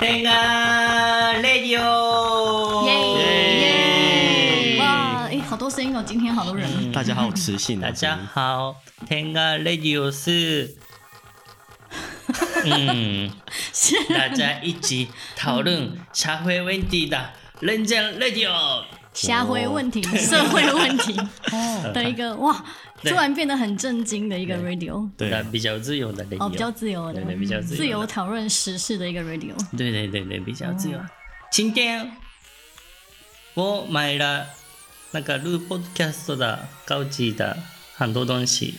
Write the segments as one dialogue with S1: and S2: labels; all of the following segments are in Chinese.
S1: 天安レディオ
S2: 耶
S1: 哦耶
S2: 哇，哎，好多声音哦，今天好多人。
S3: 大家好有磁性
S1: 嗯
S3: 啊！
S1: 大家好，天安レディオ是，嗯，
S2: 是
S1: 大家一起讨论社会问题的认真 radio。
S2: 社会问题、社会 问题
S1: 哦
S2: 的一个哇，突然变得很震惊的一个 radio，
S3: 真的，对，
S1: 比较自由的 radio，
S2: 哦，比较自由的
S1: 对，对比较自由的
S2: 自由讨论时事的一个 radio。
S1: 对对对对，比较自由。今天我买了那个录 podcast 的高级的很多东西，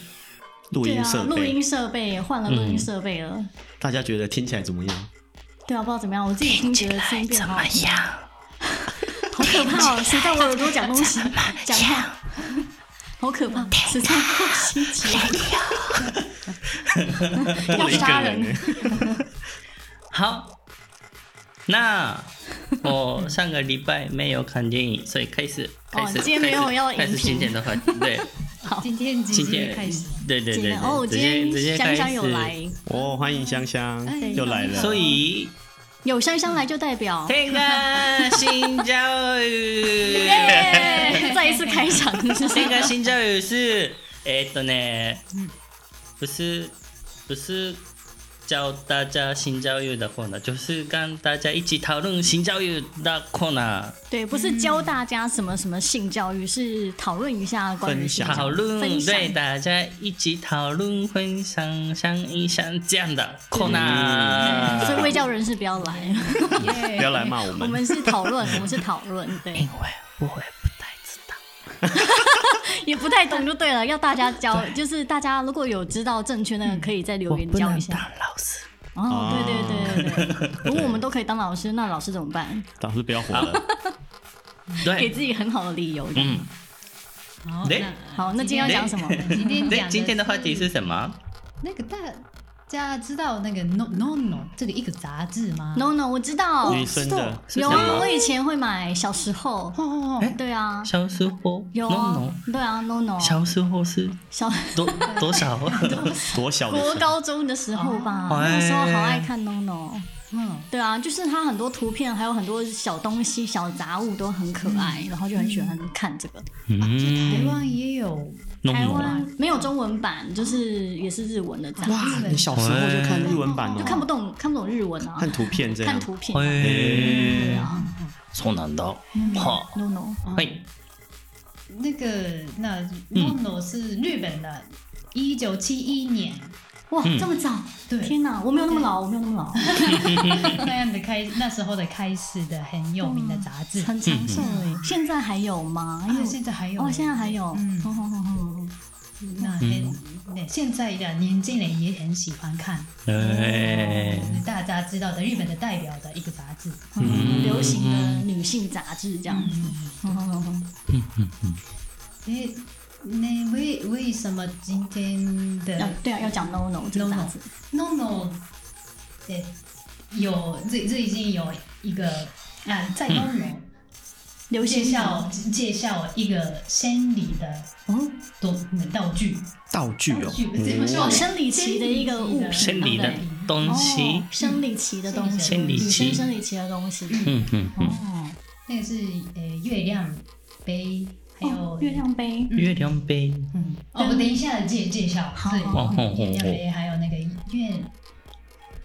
S3: 录
S2: 对
S3: 音
S2: 啊
S3: 设，
S2: 录
S3: 备
S2: 音，设备
S1: 嗯
S2: 换了录音设备了。
S3: 大家觉得听起来怎么样？
S2: 对啊，不知道怎么样，我自己听觉得声音变好。好可 怕哦！谁在我耳朵讲东西？讲话，好可怕！谁在我心 情？要杀人！
S1: 好，那我上个礼拜没有看电影，所以开始
S2: 哦
S1: 开始
S2: 你今天没有要
S1: 开始
S2: 影
S1: 开始
S2: 评
S1: 今天的话题， 对，
S4: 今天直
S1: 今
S4: 接
S1: 天
S4: 开始，
S1: 对对对，
S2: 哦，
S1: 对
S2: 今
S1: 直接直接
S2: 天香
S1: 开
S2: 香有
S1: 始，
S2: 来，
S3: 哦，欢迎香香
S4: 哎
S3: 又来了，
S1: 所以
S2: 有香香来就代表
S1: 天安新教育。
S2: 耶， 再一次 开场，
S1: 天安新教育是えーっとね、不是不是教大家新教育的 corner，就是跟大家一起讨论新教育的 corner，
S2: 对，不是教大家什么什么性教育，是讨论一下关于
S3: 分
S2: 性
S3: 享
S2: 教育
S1: 讨论
S2: 分享
S1: 对大家一起讨论分享想一想这样的 corner，、
S2: 所以卫教人士不要来，
S3: 不要来骂我
S2: 我
S3: 们，
S2: 们是讨论，我们是讨论，对
S1: 因，为我也不太知道。
S2: 也不太懂就对了，要大家教，就是大家如果有知道正确
S1: 嗯
S2: 那个，可以在留言教一下。
S1: 老师，
S2: 哦，对对 对对对，如果
S3: 对
S2: 我们都可以当老师，那老师怎么办？
S3: 老师不要火了，
S1: 对，
S2: 给自己很好的理由。
S1: 嗯，
S4: 好
S1: 对
S2: 好，那今天要讲什么？
S4: 今天
S1: 对
S4: 讲，
S1: 今天的话
S4: 话
S1: 题
S4: 题
S1: 是什么？
S4: 那个大家知道那个 No No No 这个一个杂志吗？
S2: No No，我知道，
S3: 女生的
S1: 是
S2: 有
S1: 什
S2: 啊，
S1: 么
S2: 我以前会买，小时候，
S4: 哦哦
S1: 哎
S4: 哦，
S2: 对啊，
S1: 小时候，
S2: 有
S1: 诺
S2: 啊
S1: 诺，
S2: 对啊，No No，
S1: 小时候是
S2: 小
S1: 多多 少？
S3: 多小的
S2: 国
S3: 事，
S2: 高中的时候吧，
S1: 哦
S2: 那时候好爱看 No No，
S4: 嗯，
S2: 对啊，就是它很多图片，还有很多小东西、小杂物都很可爱，然后就很喜欢看这个。
S4: 台
S1: 嗯，
S4: 湾也有，
S1: 诺
S2: 台
S1: 诺
S2: 湾没有中文版，就是也是日文的杂志，
S3: 哇，你小时候就看日文版
S2: 就
S3: 哦，
S2: 看不懂看不懂日文啊，
S3: 看图片这
S2: 看
S3: 样，
S2: 图片。啊
S1: へ
S2: 对
S1: え
S2: 啊
S1: そうなんだ。は
S2: ，No No，
S1: あはい。
S4: 那个那
S1: 嗯
S4: No No 是日本的，一九七一年
S2: 哇，这么早，
S4: 对
S2: 天哪，我没有那么老，我没有那么老，
S4: 那样的开那时候的开始的很有名的杂志，
S2: 很长寿哎。现在还有吗？因
S4: 啊，
S2: 为
S4: 现在还有
S2: 哦，现在还有，
S4: 嗯
S2: 哦哦哦哦
S4: 那
S1: 嗯
S4: 很对现在的年轻人也很喜欢看，
S1: え
S4: 就是大家知道的日本的代表的一个杂志。
S2: 哦嗯流行的女性杂志这样子。哦哦哦哦
S4: 嗯诶，那为为什么今天
S2: 要
S4: 的
S2: 对啊，要讲 No No 这个杂志，
S4: NONO 诶有最最近有一个啊，在
S2: 嗯
S4: NONO
S2: 流
S4: 介
S2: 行
S4: 绍介绍一个生理的
S2: 哦
S4: 道道具，
S3: 道具
S4: 道
S3: 哦
S4: 具怎么，说
S2: 哦，生理期的一个物品，
S1: 生理的
S2: 对不
S1: 东西
S2: 对。生理期的东西，
S1: 嗯生理期
S2: 女生生理期的东西。
S1: 嗯嗯嗯。
S2: 哦，
S4: 那个是呃月亮杯，还有
S2: 哦月亮杯，
S1: 月亮杯。哦
S4: 嗯，哦，我等一下介介绍，
S2: 好
S4: 对，
S2: 好
S1: 好
S4: 月亮杯还有那个月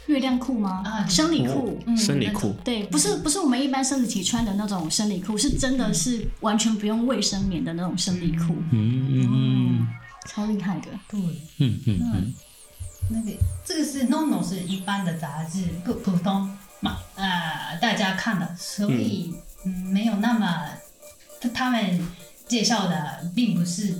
S2: 月亮裤吗？
S4: 啊
S2: 生理裤。
S4: 嗯
S3: 哦生理裤，
S2: 对，不是不是我们一般生理期穿的那种生理裤，是真的是完全不用卫生棉的那种生理裤，
S1: 嗯
S2: 超厉害的。
S4: 对，
S1: 嗯嗯
S4: 嗯，那个这个是 NONO 是一般的杂志，普普通嘛，呃，大家看的，所以嗯没有那么他们介绍的并不是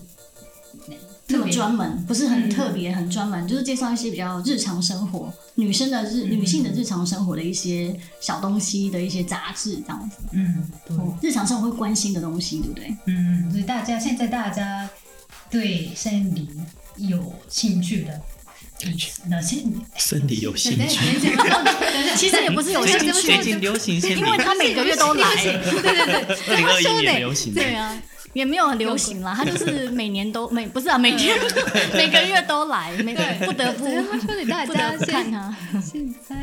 S2: 那
S4: 特
S2: 么
S4: 别
S2: 专门，不是很
S4: 嗯
S2: 特别、很专门，就是介绍一些比较日常生活、女生的日、女性的日常生活的一些小东西的一些杂志这样子，
S4: 嗯对
S2: 日常生活会关心的东西，对不对？
S4: 嗯，所以大家现在大家对生理有兴趣的，那现
S3: 身体有兴
S4: 等一
S3: 趣，
S4: 下等一下等一 下
S2: 其实也不哦是有兴
S1: 最近
S2: 趣
S1: 最，近流行生理
S2: 因。为他每个月都来。
S3: 二零二一年流行的，
S2: 对啊，也没有很流行啦，他就是每年都每不是啊，每天 每个月都来，每个
S4: 对
S2: 不得不
S4: 只是说你大
S2: 不得
S4: 家
S2: 不看
S4: 现
S2: 他，
S4: 现在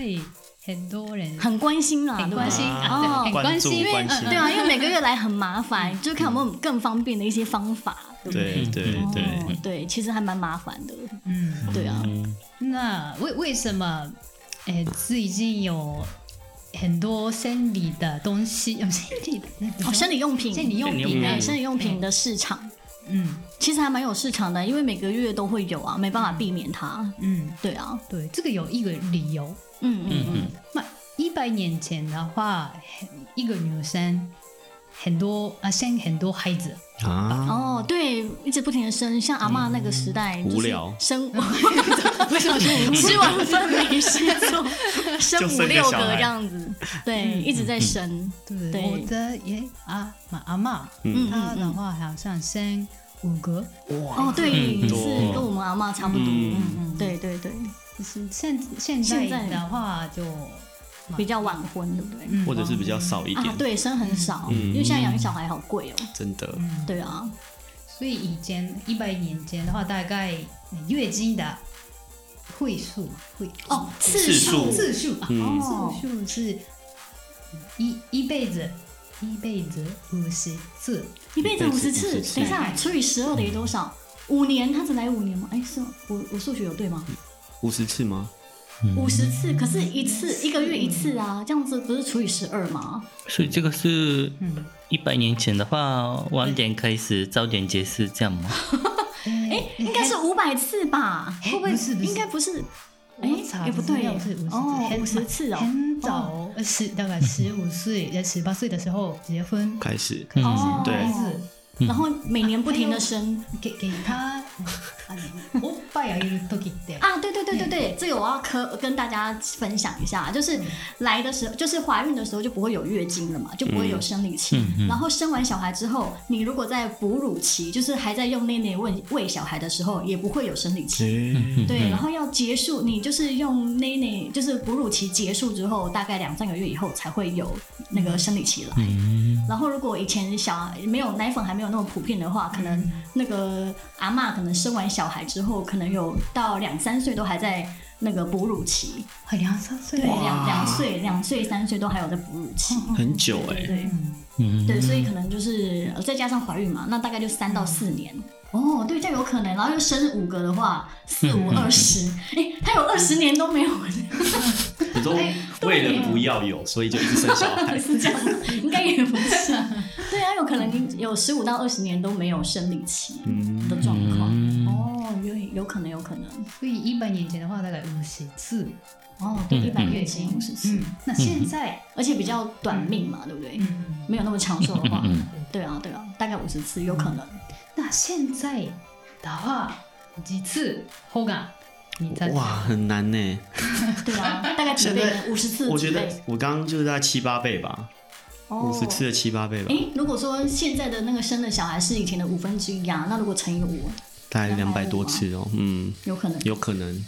S4: 很多人
S2: 很关心啦，
S4: 很
S2: 对吧
S4: 关心
S5: 啊
S4: 对很
S5: 关
S4: 关
S5: 注
S4: 心，因为
S5: 关心
S4: 嗯
S2: 对啊，因为每个月来很麻烦，就看有没有更方便的一些方法，对不
S5: 对对
S2: 哦
S5: 对，
S2: 对，其实还蛮麻烦的，
S6: 嗯，
S2: 对啊，
S1: 嗯
S4: 那为为什么，诶，最近有很多生理的东西，呃生理的那
S2: 哦，生
S4: 理
S2: 理用品，
S4: 生理用
S1: 生理用
S4: 品
S1: 品
S4: 啊
S2: 对，生理用品的市场
S4: 嗯
S2: 其实还蛮有市场的，因为每个月都会有啊，没办法避免它，
S4: 嗯，
S2: 对啊，
S4: 对，这个有一个理由。
S2: 嗯嗯嗯，
S4: 那一百年前的话，很一个女生很多啊生很多孩子，
S3: 嗯
S5: 啊，
S2: 哦，对，一直不停的生，像阿嬷那个时代，
S5: 无
S2: 就是
S5: 聊
S2: 生 不是不是，吃完饭没事做，生
S5: 就
S2: 五
S5: 生个
S2: 六
S5: 小
S2: 个
S5: 孩
S2: 这样子，对，一直在生，
S4: 对，
S2: 对
S4: 我的也啊嘛阿妈，
S2: 嗯
S4: 她
S2: 嗯
S4: 的
S2: 嗯，
S4: 话好像生五个，
S2: 哦，对，
S1: 嗯
S2: 是
S5: 多
S2: 跟我们阿嬷差不多，
S5: 嗯
S2: 嗯嗯，对对对，
S4: 就是现现
S2: 现
S4: 在
S2: 在
S4: 的话就
S2: 比较晚婚，对不对？
S4: 嗯
S5: 或者是比较少一
S2: 啊
S5: 点，，
S2: 对，生很少，
S5: 嗯
S2: 因为现在养小孩好贵哦，
S5: 真
S4: 嗯
S5: 的，
S2: 对啊，
S4: 所以以前一百年前的话，大概月经的会数会
S2: 哦，次
S5: 次数
S4: 次数啊，
S5: 嗯
S2: 哦
S4: 次数是一一辈子一辈子五十次，
S2: 一辈子五十次
S5: 一辈子50，次
S2: 等一下除以十二等于多少？五年，他只来五年吗？哎，是吗？我我数学有对吗？
S5: 五十次吗？
S2: 五十次，可是一次一个月一次啊，这样子不是除以十二吗？
S1: 所以这个是
S4: 嗯，
S1: 一百年前的话，晚点开始，早点结束，这样吗？
S4: 哎
S2: 应该是五百次吧？
S4: 会不会是
S2: 应该不是，哎
S4: 我查
S2: 也不
S4: 资
S2: 对
S4: 料
S2: 耶
S4: 是50次
S2: 哦，
S4: 很
S2: 五十次哦，
S4: 很早呃十大概十五岁在十八岁的时候结婚，
S5: 开始，
S1: 嗯
S2: 哦，
S5: 对
S4: 孩子
S2: 然后每年不停的生
S4: 给给他あのおっぱいあげる時って。
S2: 啊，对对对对对，这个我要科跟大家分享一下，啊就是来的时候，就是怀孕的时候就不会有月经了嘛，就不会有生理期。然后生完小孩之后，你如果在哺乳期，就是还在用内内喂喂小孩的时候，也不会有生理期。
S5: 诶，
S2: 对，然后要结束，你就是用奶奶，就是哺乳期结束之后，大概两三个月以后才会有那个生理期来。然后如果以前小没有奶粉还没有那么普遍的话，可能那个阿嬷可能生完小孩之后，可能有到两三岁都还在那个哺乳期，
S4: あ两三岁
S2: 对，两两岁、两岁、三岁都还有在哺乳期。
S5: 很久哎、
S2: 对
S1: 嗯
S2: 对，所以可能就是呃再加上怀孕嘛，那大概就三到四年。哦，对，这样有可能。然后又生五个的话，四五二 十，哎，他有二十年都没有，，
S5: 你说为了不要有，所以就一直生小孩
S2: 是这样吗？应该也不是。对啊，有可能有十五到二十年都没有生理期的状
S1: 嗯
S2: 况。
S5: 嗯
S2: 哦，有有可能，有可能。
S4: 所以一百年前的话大概五十次，
S2: 哦，对，一百
S4: 月
S2: 月
S4: 经
S2: 经五十次
S4: 嗯，，那现在
S2: 而且比较短命嘛，对不对？
S4: 嗯，
S2: 没有那么长寿的话
S1: 嗯嗯，
S2: 对啊，对啊，大概五十次有可能。
S4: 那现在的话几次后感？你 猜？
S5: 哇，很难呢、
S2: 对啊，大概几倍呢？五十次
S5: 我
S2: 几
S5: 觉
S2: 倍
S5: 得？我刚刚就是在七八倍吧，
S2: 哦
S5: 五十次的七八倍吧，
S2: 诶，如果说现在的那个生的小孩是以前的五分之一啊，那如果乘以五，
S5: 大概两百多次哦、嗯，
S2: 有可能
S5: 有可能。
S2: 哎还有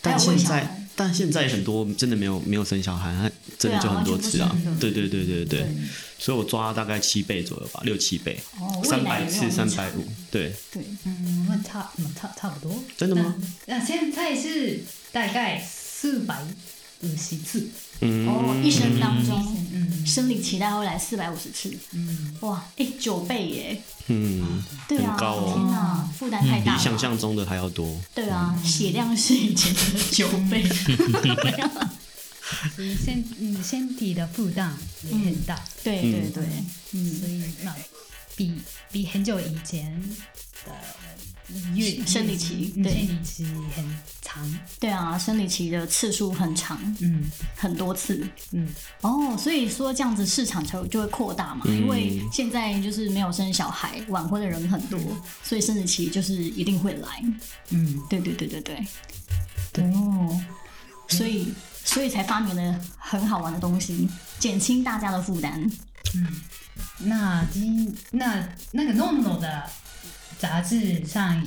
S5: 但现
S2: 喂小孩
S5: 在，但现在很多真的没有没有生小孩，他真的就很多次啊
S2: 对啊完全，不
S5: 对对对对对，所以我抓大概七倍左右吧，六七倍，
S2: 哦，未
S5: 三
S2: 来
S5: 百
S2: 也没
S5: 次
S2: 有那
S5: 三
S2: 么
S5: 百
S2: 长
S5: 五，对，
S2: 对，
S4: 嗯，那差那差差不多。
S5: 真的吗？
S4: 那现在是大概四百五十次，
S5: 嗯
S2: 哦，一生当中
S4: 嗯
S2: 生理期待会来四百五十次，
S4: 嗯，
S2: 哇，诶，九倍耶，
S5: 嗯，
S2: 对啊，
S5: 很高哦
S2: 天哪，负担太大
S5: 比
S2: 了，
S5: 想象中的还要多，
S2: 对啊，血量是以前的九倍，
S4: 所以身嗯身体的负担也很大，
S2: 对对对，
S4: 嗯，所以那比比很久以前的月
S2: 生理期
S4: 嗯
S2: 对
S4: 生理期很长，
S2: 对啊，生理期的次数很长，
S4: 嗯
S2: 很多次，
S4: 嗯
S2: 哦，所以说这样子市场才就会扩大
S1: 嗯
S2: 嘛，因为现在就是没有生小孩，晚婚的人很多，所以生理期就是一定会来。
S4: 嗯，
S2: 对对对对对，哦，所以所以才发明了很好玩的东西，减轻大家的负担。
S4: 那今那那个 NONO 的杂志上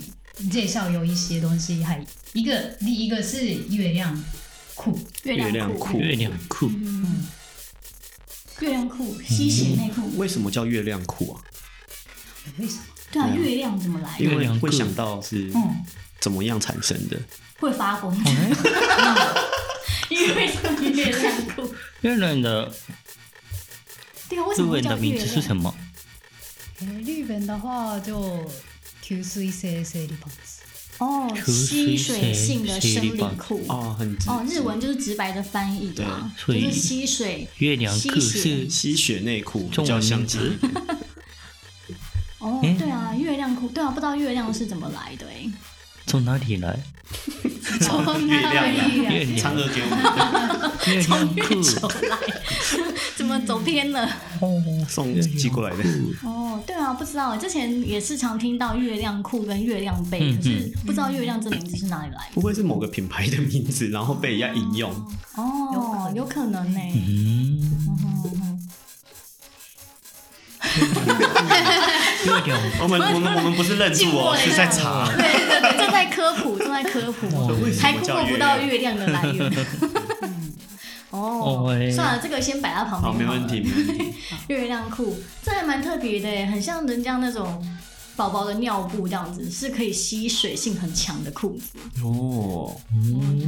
S4: 介绍有一些东西，还一个第一个是月亮裤，
S2: 月
S5: 月
S2: 亮
S5: 亮
S2: 裤，
S5: 裤，
S1: 月亮
S5: 裤，
S2: 嗯月亮裤，吸血内裤，
S1: 嗯
S5: 为什么叫月亮裤啊？
S6: 为什么？
S2: 对啊，
S3: 对啊
S2: 月亮怎么来？
S1: 嗯
S3: 因
S5: 因为
S3: 为
S5: 会
S3: 会
S5: 想
S3: 想
S5: 到是
S4: 哦
S6: 嗯，
S3: 怎么样产生的？
S2: 会发光。
S1: 嗯
S2: 月亮月亮裤。
S1: 月亮的
S2: 对啊，为什
S1: 日
S2: 么会
S1: 文
S2: 叫
S1: 的
S2: 月
S1: 名字是
S2: 亮？
S1: 什么？
S4: えー日本的话就吸水性生理パンツ。
S2: 哦，吸水性的生理裤。
S3: 哦，很
S2: 哦，日文就是直白的翻译啊，
S1: 对
S2: 就
S1: 所以
S2: 是吸水。
S1: 月亮裤是
S3: 吸血内裤比
S1: 中
S3: 较
S1: 文
S3: 像
S1: 名字
S2: 哦，
S1: 嗯
S2: 对啊，月亮裤。对啊，不知道月亮是怎么来 的哎。
S1: 从哪里来？
S3: 月亮啦，
S1: 月
S3: 嫦
S1: 亮
S3: 娥给我们
S1: 月亮裤
S2: 怎么走偏了？
S1: 哦，
S3: 送寄过来的，
S2: 哦，对啊，不知道，之前也是常听到月亮裤跟月亮杯，
S1: 嗯
S2: 可是不知道月亮这名字是哪里来的。
S3: 不会是某个品牌的名字，然后被人家引用？
S2: 哦，有可能呢。
S1: 嗯，
S2: 嗯 哼哼
S1: 月亮
S3: 我们我们我们不是认住 哦，是在查。
S2: 对对对，正在科普，正在科普，哦
S3: 为什
S2: 还
S3: 么
S2: 过
S3: 叫
S2: 不
S3: 月
S2: 到
S3: 亮？
S2: 月亮的来源。 哦
S1: 哦，哎
S2: 算了，这个先摆在旁边。
S3: 好，没问题，。没问题。
S2: 月亮裤，这还蛮特别的耶，很像人家那种宝宝的尿布这样子，是可以吸水性很强的裤子。
S3: 哦，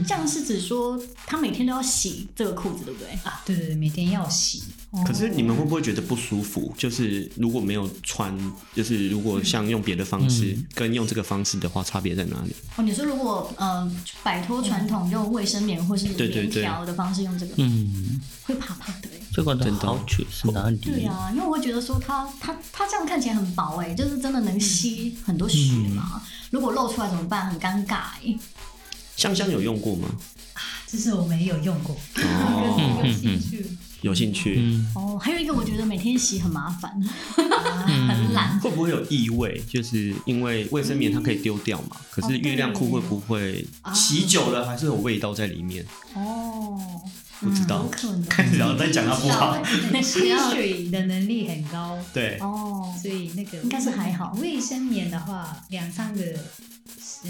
S2: 这样是指说他每天都要洗这个裤子，对不对？
S4: 啊，对对对，每天要洗。
S3: 可是你们会不会觉得不舒服？就是如果没有穿，就是如果像用别的方式跟用这个方式的话，差别在哪里？
S2: 哦，你说如果呃摆脱传统用卫生棉或是
S3: 对对
S2: 棉
S3: 对
S2: 条的方式用这个，
S1: 嗯，
S2: 会怕怕的耶。欸
S1: 这个的
S3: 真的
S1: 好处是哪里？
S2: 对呀、因为我会觉得说它它它这样看起来很薄哎、就是真的能吸很多血嘛。如果露出来怎么办？很尴尬哎、
S3: 香香有用过吗？
S4: 这是我没有用过，
S3: 哦，
S4: 有兴趣。
S3: 有兴趣？
S1: 嗯，
S2: 哦，嗯还有一个我觉得每天洗很麻烦， 很懒。
S3: 会不会有异味？就是因为卫生棉它可以丢掉嘛，可是月亮裤会不会洗久了还是有味道在里面？
S2: 哦，
S3: 不知道
S2: 有可能。
S3: 开始然后再讲它不好，
S2: 欸
S4: 吸水的能力很高，
S3: 对，
S2: 哦，
S4: 所以那个
S2: 应该是还好
S4: 卫生棉的话，两三个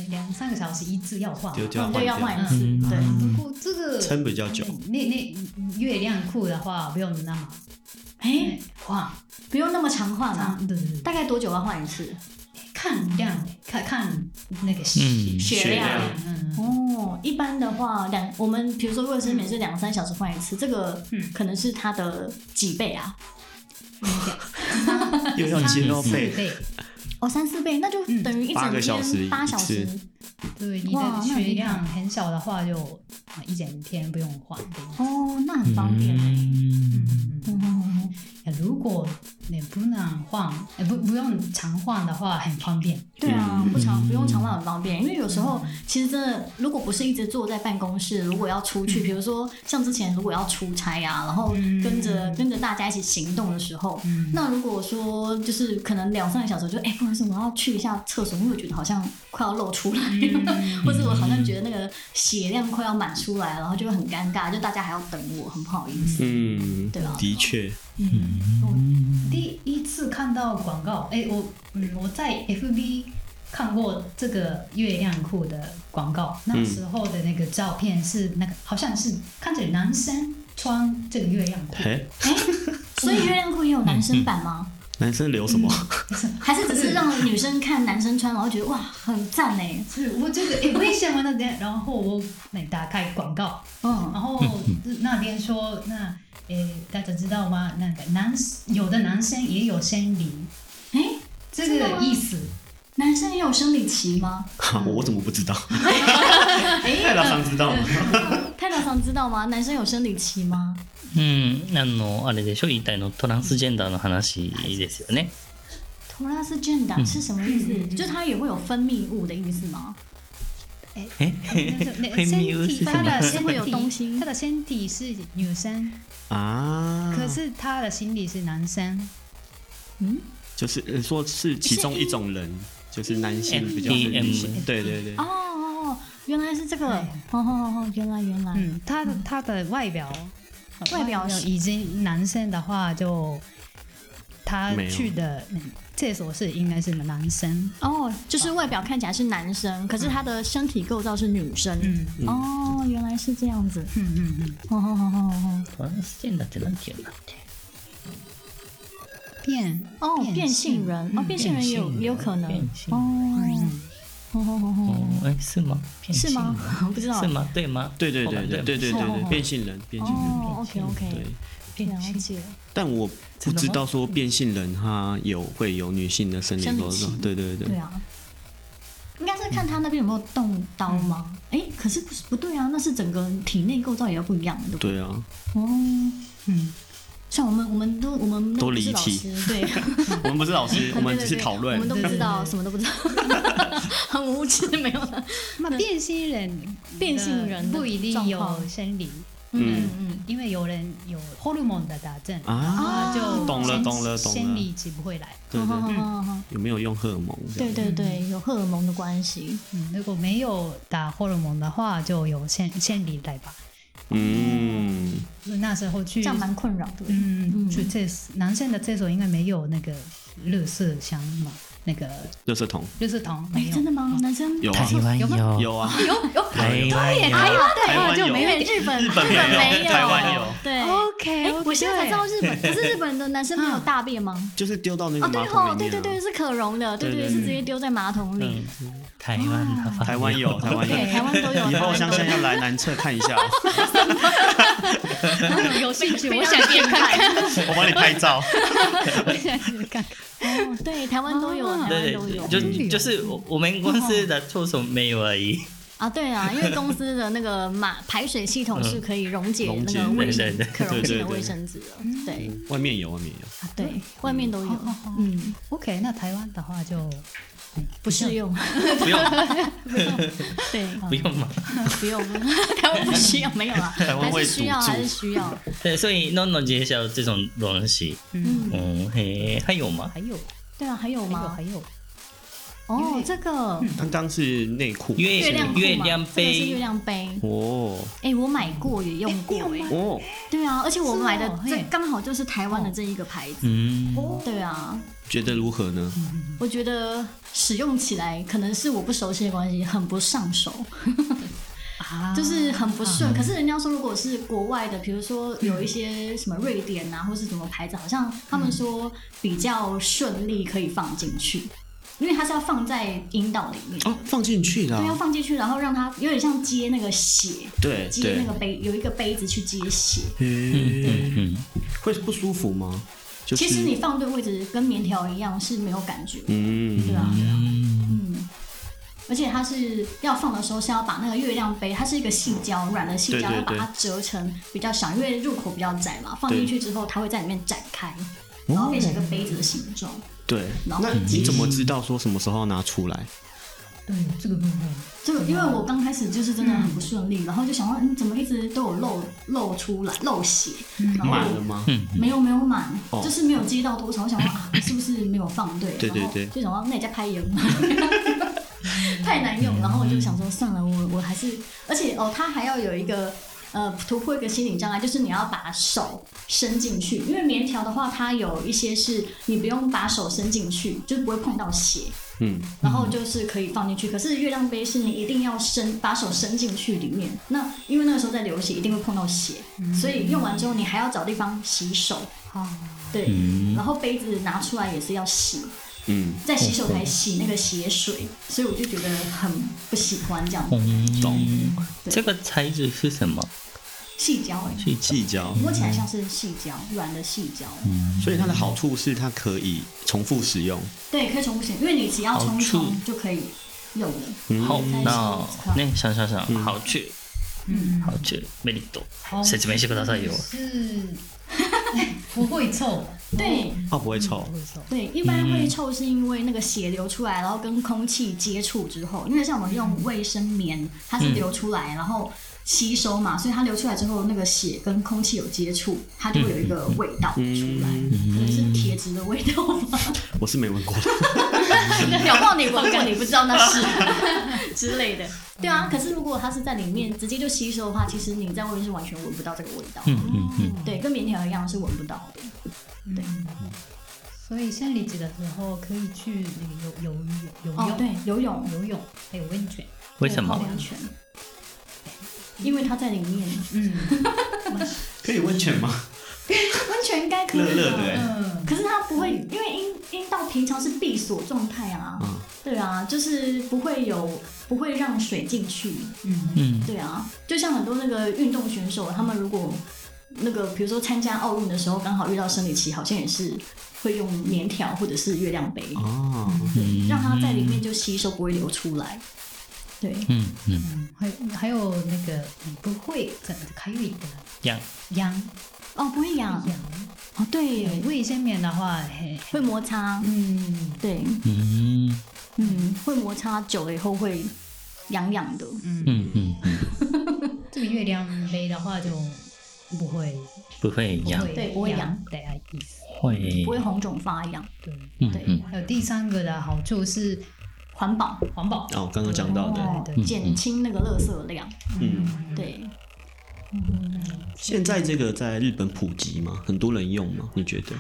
S4: 两三个小时一次要换。
S3: 丢
S2: 哦
S3: 掉换
S2: 对，要换
S3: 掉，
S2: 一次，
S1: 嗯
S2: 对。
S4: 不过这个
S3: 撑比较久。
S4: 那那月亮裤的话，不用那么
S2: 哎，
S4: 换，
S2: 不用那么常换啊，
S4: 对对对，
S2: 大概多久要换一次？
S4: 看量，看看那个血
S1: 嗯
S2: 血
S3: 量
S2: 量。
S4: 嗯，
S2: 哦，一般的话，两我们比如说卫生棉是两三小时换一次，这个
S4: 嗯
S2: 可能是它的几倍啊？
S3: 又要接到
S4: 四
S3: 背，
S4: 倍，
S2: 哦，三四倍，那就
S4: 嗯
S2: 等于一整
S3: 八个小时
S2: 天八
S3: 一
S2: 小
S3: 次
S2: 时。
S4: 对你
S2: 哇
S4: 的
S2: 那很
S4: 血
S2: 厉害
S4: 量很小的话，就一整天不用换的意思。
S2: 哦，那很方便。
S4: 嗯
S1: 嗯
S4: 嗯嗯
S2: 嗯嗯嗯
S4: 如果你不能换，呃不不用常换的话，很方便。
S2: 对啊，
S3: 嗯
S2: 不常不用常换很方便，因为有时候其实真的，如果不是一直坐在办公室，如果要出
S3: 嗯
S2: 去，比如说像之前如果要出差啊，然后跟着跟着大家一起行动的时候，那如果说就是可能两三个小时就哎，不好意思，我要去一下厕所，因为我觉得好像快要漏出来，
S3: 嗯
S2: 或者我好像觉得那个血量快要满出来，然后就会很尴尬，就大家还要等我，很不好意思，
S3: 嗯，
S2: 对啊，
S3: 的确，
S4: 第一次看到广告，哎，我嗯我在 FB 看过这个月亮裤的广告，那时候的那个照片是那个好像是看着男生穿这个月亮裤，
S3: 哎，
S2: 所以月亮裤也有男生版吗？
S3: 男生留什么？
S2: 还是只是让女生看男生穿，然后觉得哇很赞欸呢？
S4: 是我觉得哎为什么那边？然后我那打开广告，
S2: 嗯
S4: 然后那边说，那诶，大家知道吗？那个男有的男生也有生理，
S2: 哎、
S4: 这
S2: 真的吗
S4: 个意思。
S2: 男生也有生理期吗？
S3: 哈 我怎么不知道？太拉桑知道吗？
S2: 哎太太常知道吗？男生有生理期吗？
S1: うん、あの、あれでしょ、言いたいの、トランスジェンダーの話ですよね。
S2: t o r a s gender、是什么意思？就是它也会有分泌物的意思吗？
S1: 会迷雾是什
S4: 他
S1: 么
S4: 的身体
S2: 会有东西
S4: 他的身体是女生，
S3: 啊，
S4: 可是他的心理是男生。
S3: 就是呃说是其中一种人，就是男性比较是女性
S1: EM，
S3: 对对对
S2: 哦，哦哦，原来是这个。哦
S4: 哎
S2: 哦哦，原来原来。
S4: 嗯，他的他的外表，
S3: 嗯
S2: 外表是
S4: 已经男生的话就，他
S3: 没有
S4: 去的嗯厕所是应该是男生。
S2: 哦，就是外表看起来是男生，可是他的身体构造是女生。
S4: 嗯
S2: 哦，原来是这样子。
S4: 嗯嗯嗯，
S2: 哦哦哦哦哦。
S1: トランスジェンダーってなんて言うんだっけ。
S4: 变
S2: 哦，变性
S4: 性
S3: 嗯
S2: 人哦，变性人也有
S7: 变性人
S2: 也有可能
S7: 变性
S2: 哦哦哦哦
S1: 哦，哎，是吗？
S2: 哦，
S7: 变
S2: 是
S7: 性
S2: 吗
S7: 人？
S2: 我不知道
S1: 是。吗？对吗？
S3: 对对
S1: 后
S3: 对
S1: 面
S3: 对对对对
S2: 哦
S3: 对，变性人，变性人，
S2: 哦，OK
S3: 对
S2: OK，。
S7: 变
S2: 了
S7: 性
S2: 解。
S3: 但我不知道说变性人他有会有女性的生理
S2: 生理
S3: 构造
S2: 期，
S3: 对对对
S2: 对，啊，应该是看他那边有没有动刀吗？
S3: 嗯
S2: 哎，可是不是不对啊，那是整个体内构造也要不一样的，对不对？
S3: 对 啊，
S2: 哦，
S4: 嗯，
S2: 像我们我们都我们
S3: 都
S2: 不是
S3: 离
S2: 老
S3: 题
S2: 师，对。
S3: 我们不是老师， 我们只是讨
S2: 我
S3: 论
S2: 们。都不知道，什么都不知道， 很无知，没有了。
S4: 那变性人
S2: 变性人的
S4: 不一定
S2: 状况
S4: 有生理，
S2: 嗯嗯，
S4: 因为有人有荷尔蒙的打针
S3: 啊，
S4: 那就
S3: 懂了
S4: 生
S3: 懂了懂了
S4: 生理期不会来。
S3: 对对对，
S2: 嗯
S3: 有没有用荷尔蒙？
S2: 对对对，有荷尔蒙的关系。
S4: 嗯，如果没有打荷尔蒙的话，就有生生理来吧。
S3: 嗯，
S4: 那时候去
S2: 这样蛮困扰的。
S4: 嗯，
S2: 嗯
S4: 去厕所，男生的厕所应该没有那个热色箱嘛，那个
S3: 热色桶
S4: 热色桶没
S2: 哎，
S4: 有。
S2: 真的吗？男生
S3: 有啊
S1: 台湾
S4: 有吗
S1: 有，
S3: 有啊，
S4: 有有
S1: 台湾有，
S3: 台湾有，
S2: 对，日本
S3: 日本没有
S2: 没
S3: 台湾有
S2: 对。
S4: OK，
S2: 哎，我现在才知道日本，可是日本的男生没有大便吗？
S3: 就是丢到那
S2: 哦，
S3: 个
S2: 对
S3: 马
S2: 哦，
S3: 桶里
S2: 对对
S3: 面
S2: 对，
S3: 啊。
S2: 是可溶的，对对，
S3: 对
S2: 是直接丢在马桶里
S1: 嗯。，台湾的话
S3: 台 湾有，台湾
S2: 对，
S3: 有。
S2: 台湾都 有。
S3: 以后
S2: 台
S3: 香
S2: 湾都
S3: 香
S2: 有
S3: 要来南侧看一下，
S4: 有 兴趣，我
S2: 非
S4: 想
S2: 常
S4: 去
S2: 变
S4: 看看，
S2: 态。
S3: 我帮你拍 照。
S4: 我想去看看。
S2: 哦对，台湾都有，台湾
S1: 对
S2: 都有
S1: 对，。就就是我我们公司的厕所没有而已，
S2: 啊，对啊，因为公司的那个马排水系统是可以溶解
S3: 嗯
S2: 那
S3: 溶解
S2: 个卫
S1: 对
S2: 生
S1: 对对
S2: 可溶性
S3: 对
S2: 的
S3: 对
S2: 卫生纸了，对
S3: 外面有，外面有。
S2: 啊对，外面都有
S4: 好好好，
S2: 嗯，
S4: OK，那台湾的话就哎
S2: 不适用，
S1: 不 用
S2: 对，
S1: 不用嘛。
S2: 不用， 台湾不需要，没有啊，
S3: 湾
S2: 还
S3: 会
S2: 是
S3: 堵
S2: 需要，
S3: 住
S2: 还是需要，
S1: 对，所以 NONO 介绍这种东西，
S2: 嗯，
S1: 嗯嘿，还有吗？
S4: 还有
S2: 对啊，还有
S4: 还有
S2: 吗
S4: 还？有，
S2: 哦，这个
S3: 刚刚是内裤
S1: 月
S2: 月亮
S1: 月
S2: 裤嘛
S1: 亮
S2: 这个是月
S1: 杯，
S2: 亮杯，
S3: 哦
S2: 哎，我买过也用过，哎，
S3: 哦，
S2: 对啊，而且我买的
S4: 是哦
S2: 这
S4: 嘿
S2: 刚好就是台湾的这一个牌子，
S1: 嗯，
S2: 对啊，
S3: 觉得如何呢？
S2: 我觉得使用起来可能是我不熟悉的关系，很不上手，
S4: 啊
S2: 就是很不顺。可是人家说，如果是国外的，比如说有一些什么瑞典啊，或是什么牌子，好像他们说比较顺利可以放进去，因为它是要放在阴道里面。
S3: 哦，放进去的
S2: 对，要
S3: 啊，
S2: 放进去，然后让它有点像接那个血，
S3: 对
S2: 啊接
S3: 对
S2: 那。个杯，有一个杯子去接血。
S3: 嗯，
S1: 嗯
S3: 会不舒服吗？就是
S2: 其实你放对位置，跟棉条一样是没有感觉的。对
S3: 嗯
S2: 啊，对啊。
S1: 嗯，
S2: 嗯，而且它是要放的时候是要把那个月亮杯，它是一个细胶软的细胶，
S3: 对
S2: 要
S3: 对
S2: 把
S3: 对
S2: 它折成比较小，因为入口比较窄嘛，放进去之后它会在里面展开，然
S3: 哦
S2: 后变成一个杯子的形状。
S3: 对。
S2: 然后
S3: 那你怎么知道说什么时候要拿出来？
S4: 对这个部分，
S2: 就因为我刚开始就是真的很不顺利，然后就想说，嗯，怎么一直都有漏漏出来漏血，然后
S3: 嗯满了吗？
S2: 没有没有满，
S3: 哦
S2: 就是没有接到多少。我想说 啊，是不是没有放对？
S3: 对对
S2: 然后
S3: 对
S2: 就想说那你在拍盐吗？ 太难
S3: 嗯
S2: 用，然后我就想说算了，我我还是，而且哦，它还要有一个呃突破一个心理障碍，就是你要把手伸进去，因为棉条的话，它有一些是你不用把手伸进去，就不会碰到血，
S3: 嗯，
S2: 然后就是可以放进去。可是月亮杯是你一定要伸把手伸进去里面，那因为那个时候在流血，一定会碰到血，所以用完之后你还要找地方洗手。
S4: 好，
S2: 对，
S1: 嗯
S2: 然后杯子拿出来也是要洗，
S3: 嗯，
S2: 在洗手台洗那个血水，所以我就觉得很不喜欢这样
S1: 哦懂。
S2: 对
S1: 嗯这个材质是什么？
S2: 细胶哎、
S1: 是
S3: 细胶。
S2: 摸起来像是细胶，软的细胶，
S1: 嗯
S3: 所以它的好处是它可以重复使用。
S2: 对，可以重复洗，因为你只要冲
S1: 好
S2: 一
S1: 处
S2: 冲就可以用了。
S1: 好，那
S2: うん
S1: ね、シャンシャンシャン、好吃，
S4: 嗯
S2: 嗯
S1: 好吃，メリット
S4: 好
S1: 説明してくださいよ。
S4: 是 不会臭，
S2: 对
S3: 哦，不会臭
S4: 不。会臭。
S2: 对，一般会臭是因为那个血流出来，然后跟空气接触之后，因为像我们用卫生棉，它是流出来，然后。吸收嘛，所以它流出来之后，那个血跟空气有接触，它就会有一个味道出来，所以是铁质的味道吗？
S3: 我是没闻过。
S2: 搞不好你闻过，你不知道那 是之类的。对啊，可是如果它是在里面直接就吸收的话，其实你在外面是完全闻不到这个味道。
S1: 嗯嗯
S2: 对，跟棉条一样是闻不到的。
S4: 所以生理期的时候可以去那个游游游游
S2: 哦，
S4: 泳，
S2: 对，游泳、
S4: 游泳还有温泉。
S1: 为什
S2: 泡
S1: 么？
S2: 温泉，因为它在里面。
S4: 嗯，
S3: 可以温泉吗？
S2: 温泉应该可以
S5: 热热
S2: 吧
S5: 的欸
S4: 嗯，
S2: 可是它不会，因为阴阴道平常是闭锁状态啊，
S3: 嗯
S2: 对啊，就是不会有不会让水进去，
S1: 嗯
S2: 对啊，就像很多那个运动选手，他们如果那个比如说参加奥运的时候刚好遇到生理期，好像也是会用棉条或者是月亮杯，
S3: 哦，
S1: 嗯
S2: 让它在里面就吸收，不会流出来。对，
S1: 嗯嗯，
S4: 还还有那个你不会怎么可以的
S1: 痒
S4: 痒
S2: 哦，不会痒，
S4: 痒，
S2: 哦，对耶，
S4: 卫生棉的话，嘿
S2: 会摩擦，
S4: 嗯
S2: 对，
S1: 嗯
S2: 嗯，会摩擦久了以后会痒痒的，
S1: 嗯嗯嗯，
S4: 这个月亮杯的话就不会
S1: 不会
S4: 不
S1: 痒，
S4: 会
S2: 对不会痒
S4: 的意思。
S1: 会
S2: 不会红肿发痒，
S4: 对，
S1: 嗯
S2: 对
S1: 嗯
S4: 还有第三个的好处是
S2: 环保。
S4: 环保，
S3: 哦，刚刚讲到的，
S2: 哦
S4: 对对
S2: 减轻那个垃圾量，
S3: 嗯，
S2: 对，
S3: 现在这个在日本普及吗？很多人用吗？你觉得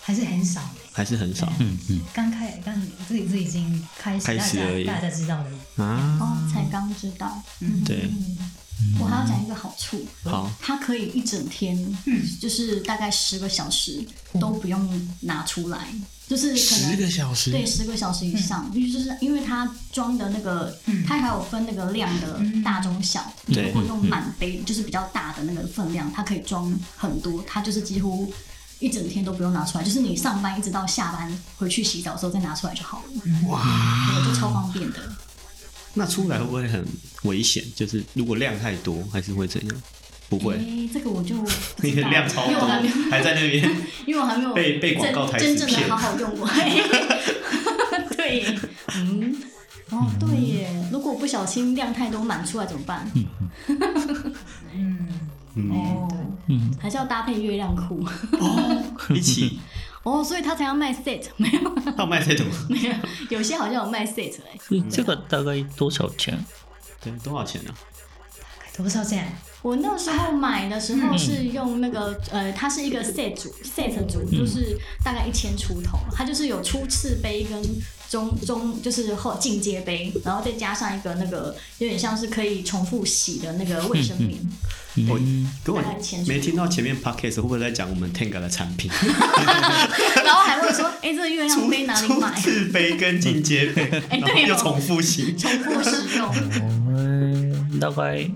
S4: 还是很少。
S3: 还是很少
S1: 嗯嗯，
S4: 刚开刚这这已经开始
S3: 开
S4: 大
S3: 始而已
S4: 家大家知道的，
S3: 啊？
S2: 哦，才刚知道。嗯
S3: 对，
S2: 我还要讲一个好处，
S3: 好，
S2: 它可以一整天，
S3: 嗯
S2: 就是大概十个小时都不用拿出来，就是可能
S3: 小时嗯
S2: 对十个小时以上，就是因为它装的那个，它还有分那个量的
S3: 嗯
S2: 大中小，
S3: 对
S2: 如果用满杯就是比较大的那个分量，它可以装很多，它就是几乎。一整天都不用拿出来，就是你上班一直到下班回去洗澡的时候再拿出来就好了。哇，就超方便的。
S3: 那出来会不会很危险？就是如果量太多，还是会怎样？不会，
S2: 诶这个我就不
S5: 你
S2: 知
S5: 的
S2: 道，
S5: 量超
S2: 因为我 还没有
S5: 多，还在那边。
S2: 因为我还没有
S5: 被被广告
S2: 真
S5: 台词
S2: 真正
S5: 骗
S2: 的好好用过。 对耶，嗯，哦对耶，如果不小心量太多满出来怎么办？
S3: 嗯，
S2: 哦，还是要搭配月亮裤。
S3: 一起
S2: 哦，所以他才要卖 set，没有
S3: 要 卖这种，
S2: 没有，有些好像有卖 set 哎、
S1: 这个大概多少钱？
S3: 对，多少钱呢？啊
S4: 多少钱？
S2: 我那时候买的时候是用那个、呃，它是一个 set 组，set 组就是大概一千出头，它就是有初次杯跟中中就是后进阶杯，然后再加上一个那个有点像是可以重复洗的那个卫生棉，
S1: 嗯
S3: 我跟我
S2: 大概钱
S3: 哦没听到前面 podcast 会不会在讲我们 Tenga 的产 品？
S2: 然后还问说，哎、这个月亮
S3: 初
S2: 杯哪里
S3: 初
S2: 买？
S3: 次杯跟进阶 杯，然后
S2: 对哦
S3: 又重复型，
S2: 重复使用，
S1: 嗯，大概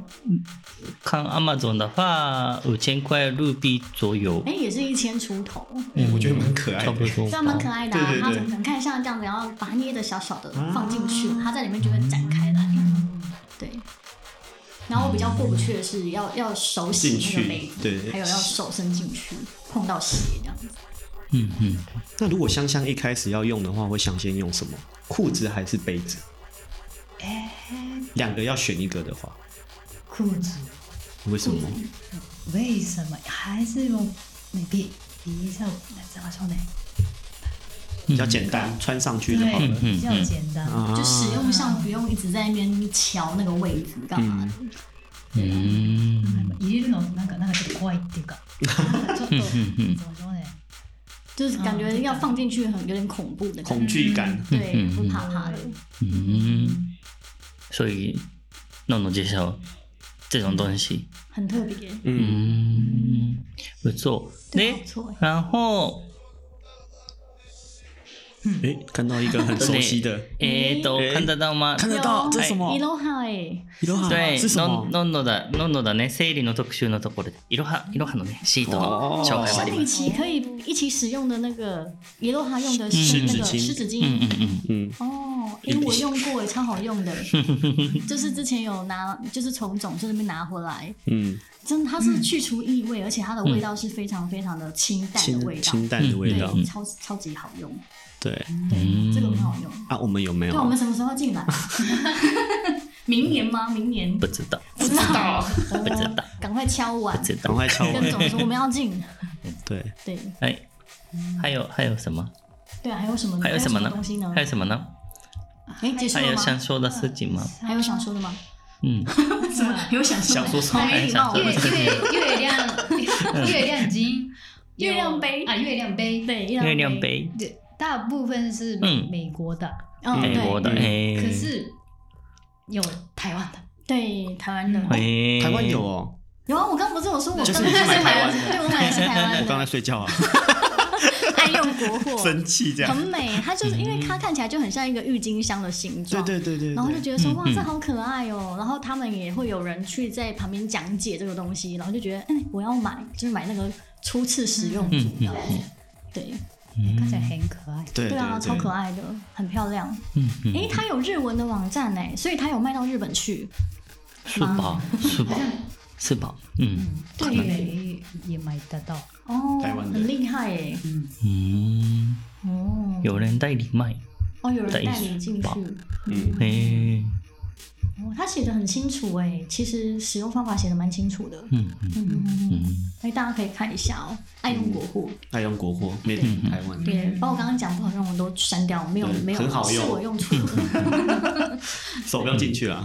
S1: 看 Amazon 的话，五千块日币左右
S2: 哎、，也是一千出头，
S3: 我觉得蛮可
S1: 嗯
S3: 爱
S1: 差不
S3: 的。
S1: 多
S2: 这
S1: 吧
S2: 样。蛮可爱的、啊。
S3: 对对
S2: 它
S3: 对
S2: 怎么看像这样子，然后把它捏的小小的
S3: 啊
S2: 放进去，它在里面就会展开来。对。然后我比较过不去的是要要手洗那个杯
S3: 进去对
S2: 子，还有要手伸进去碰到血这样子。
S1: 嗯嗯，
S3: 那如果香香一开始要用的话，会想先用什么？裤子还是杯子？
S2: 哎
S3: 两个要选一个的话，
S4: 裤子？
S3: 为什么？
S4: 为什么还是用你比比一下怎么说呢？
S3: 比较简单，穿上去就好
S4: 对，
S3: 了。
S4: 比较简单。
S3: 啊
S2: 就使用上不用一直在那边瞧那个位置干嘛
S3: 嗯
S2: 的。
S4: 入れるのなんかなんかちょっと怖いっていうか、なんかちょっと怎么说呢？
S2: 就是感觉要放进去很有点恐怖的感
S3: 恐
S2: 觉，
S3: 惧感，
S2: 对，会怕怕的。
S1: 嗯，所以弄弄介绍这种东西，
S2: 很特别，
S3: 嗯，
S1: 嗯，不错。
S2: 对，不
S1: 诶
S2: 错。
S1: 然后
S3: 哎，看到一个很熟悉的，
S1: 诶，都
S3: 诶
S1: 看得到吗？
S3: 看得到这是什么
S2: 伊？罗哈哎，
S3: 伊罗
S1: 对
S3: 哈是，什
S1: ノン
S3: 么？
S1: ノンノだ、ノンノだね、生理の特集のところで、いろは、いろはのね、シートを紹介して
S2: 生
S1: あり
S2: 理
S1: ます。
S2: 期可以一起使用的那个伊罗哈用的是
S3: 嗯
S2: 那个
S3: 湿
S2: 湿纸
S3: 纸巾
S1: うん
S2: 巾。
S1: うんうん。
S3: 嗯，
S2: 哦，因为我用过，也超好用 的。就是之前有拿，就是从总这边拿回来，
S3: 嗯，
S2: 真的它是去除异味，而且它的
S1: 嗯
S2: 味道是非常非常的清淡的味
S3: 清
S2: 道，
S3: 清淡的味道
S2: 对，，超超级好用，
S3: 对
S1: 嗯
S2: 对，这个很好用。
S3: 啊，我们有没
S2: 对，我们
S3: 有？
S2: 什么时候 进来？明年吗？明年
S1: 不知道，
S2: 不知道，
S1: 不知道，
S2: 赶快敲碗
S1: 不，知道欸
S3: 赶。快敲
S2: 跟总
S3: 门。
S2: 说我们要进。
S3: 对，
S2: 对
S1: はい。还有还有什么？
S2: 对，啊还有什么？
S1: 还有什么呢
S2: 东西呢？？
S1: 还有什么呢？
S2: 哎，结束
S1: 还
S2: 了
S1: 有想
S2: 吗？
S1: 说的事情吗？
S2: 还有想说的吗？
S1: 嗯，
S2: 什 么？啊 有想说的？
S3: 想说什么
S2: 好没礼貌
S1: 还
S2: 哦。
S1: 想
S4: 月月月亮月亮金有
S2: 月亮杯
S4: 啊，月亮杯。
S2: 对，
S1: 月
S2: 月
S1: 亮。杯，
S4: 对，大部分是
S1: 嗯
S4: 美国的，
S2: 嗯，
S1: 美国
S2: 对
S1: 的，哎，
S4: 可是有台湾的。
S2: 对，台湾的。
S1: 哎，
S3: 台湾有哦，
S2: 有啊，我刚不是有说我
S5: 就
S2: 刚
S5: 是
S2: 刚
S5: 你去买台湾的
S2: 对，我买的是台
S3: 我
S2: 湾
S3: 刚才
S2: 的，
S3: 睡觉啊，
S2: 爱用国货，
S3: 生气这样
S2: 很。美。它就是因为它看起来就很像一个郁金香的形
S3: 对
S2: 状，
S3: 对对对，
S2: 然后就
S3: 对
S2: 觉得说哇，
S1: 嗯
S2: 这好可爱哦。然后他们也会有人去在旁边讲解这个东西，然后就觉得哎，我要买，就是买那个初次使用组这样子。对，
S4: 看起来很可爱。
S3: 对
S2: 对啊，超可爱的，很漂亮。嗯，哎，它有日文的网站哎，所以它有卖到日本去。
S1: 是吧？是吧？是吧？嗯
S4: 对，也也买得到。
S2: 哦，
S3: 台湾的
S2: 很厉害哎。
S1: 嗯，
S2: 哦，
S1: 有人代理卖，
S2: 哦，有
S1: 的
S2: 人
S1: 意
S2: 带
S1: 思
S2: 你进去。
S1: 吧
S2: 哦，
S3: 嗯，
S1: 诶，
S2: 他写的很清楚哎，其实使用方法写的蛮清楚的。
S1: 嗯嗯
S2: 嗯嗯嗯嗯，
S1: 嗯，
S2: 所以大家可以看一下哦，爱
S3: 嗯
S2: 用国货。
S3: 爱用国货，made in 台湾。
S2: 对，
S1: 嗯
S2: 把我刚刚讲不好用我都删掉，没有
S3: 对
S2: 没有，
S3: 很好
S2: 是
S3: 用
S2: 我用错了，
S3: 手不要进去啊！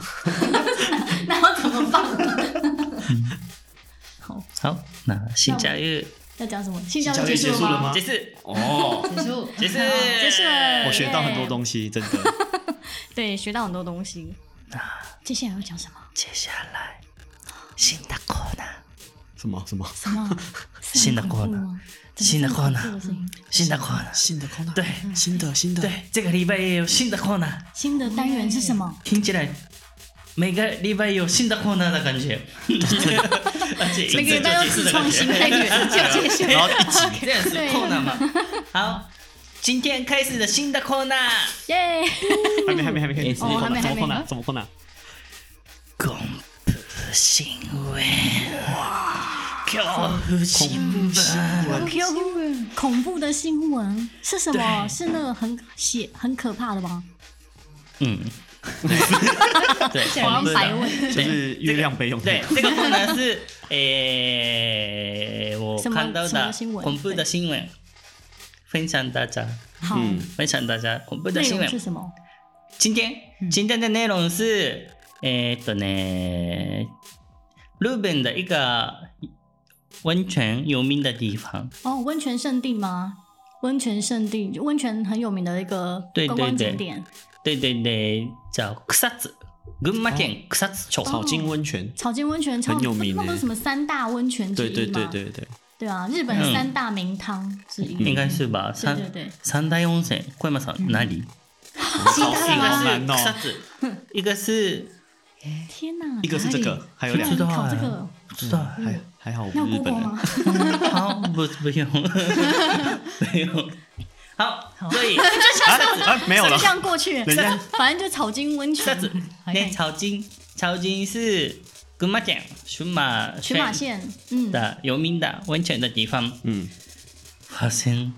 S2: 那我怎么办？好，
S1: 好，那新加入
S2: 要讲什么？性教
S3: 教
S2: 育结
S3: 育结
S2: 束
S3: 束了
S2: 吗？
S3: 吗
S1: 结？束，
S3: 哦，
S4: 结束，
S1: 结束，
S2: 结束了，
S3: 我学到很多
S2: 西，
S3: 东西，真的。
S2: 对，学到很多东西。
S1: 啊
S2: 接下来要讲什么？
S1: 接下来新的コーナー，
S3: 什么什么
S2: 什么？
S1: 新的コーナー，新的コーナ
S2: 这个声音
S1: ー，新的コーナー，
S3: 新的空档？
S1: 对
S3: 新的新的。
S1: 对，这个礼拜也有新的コーナー，
S2: 新的单元是什么？
S1: 听起来每个礼拜有新的コーナー的感 觉，而且
S2: 每个礼拜要自创新单元，就结束。
S1: 然后一起这样子
S2: 对
S1: corner 嘛。好，今天开始的新的 corner，
S2: 耶！
S3: 还没还没还没开始，怎么
S2: 哦还没
S3: 空档？怎
S2: 还
S3: 么
S2: 没
S3: 空档？怎么空啊档？
S1: 恐怖新闻，恐怖新
S3: 啊
S1: 闻，
S2: 恐怖恐怖的新闻是什么？
S1: 对
S2: 是那个很血很可怕的吗？
S1: 嗯，对，
S2: 黄白问
S3: 就是月亮杯用的
S1: 对，这个 corner 是诶，我
S2: 什么
S1: 看到
S2: 什么
S1: 的
S2: 新闻
S1: 恐怖的新闻，分享大家，
S2: 好，
S3: 嗯
S1: 分享大家恐怖的
S2: 内
S1: 新
S2: 容
S1: 闻
S2: 是。什么？
S1: 今天今天的内容是，えーっとね、日本的一个温泉有名的地方，
S2: 哦，温泉圣地吗？温泉圣地，温泉很有名的一个
S1: 对
S2: 观光
S1: 对对
S2: 景点，
S1: 对对对，叫草津，群馬県草津町。
S3: 草金温泉。
S2: 草间温泉超
S3: 很有名
S2: 那不是
S3: 欸
S2: 什么三大温 泉之一
S3: 对
S2: 吗？
S3: 对对嗯对对，
S2: 对啊，日本三大名汤之一。
S1: 应该是吧，
S2: 对
S1: 三
S2: 对对，
S1: 三大温泉，小山さん哪里？
S3: 好
S1: 一个
S3: 难
S1: 是草
S3: 哦。
S1: 津，一个是
S2: 天哪！
S3: 一个是这
S4: 哪
S3: 个，还有两
S1: 知
S3: 个，
S1: 道
S2: 考
S1: 啊
S2: 这个
S1: 不知道，
S3: 还还好我
S2: 要
S3: 们日
S2: Google
S3: 本 人。
S2: 吗？
S1: 好不不用 不用，好，所以
S3: 啊 啊，没有了
S2: 这。样 过去，
S3: 等一下
S2: 反正就草金温
S1: 草
S2: 泉
S1: 津，ね、草津、草津是群馬県群馬
S2: 群马县，嗯，
S3: 啊
S1: 的有名的温泉的地方，
S3: 嗯，
S1: 发生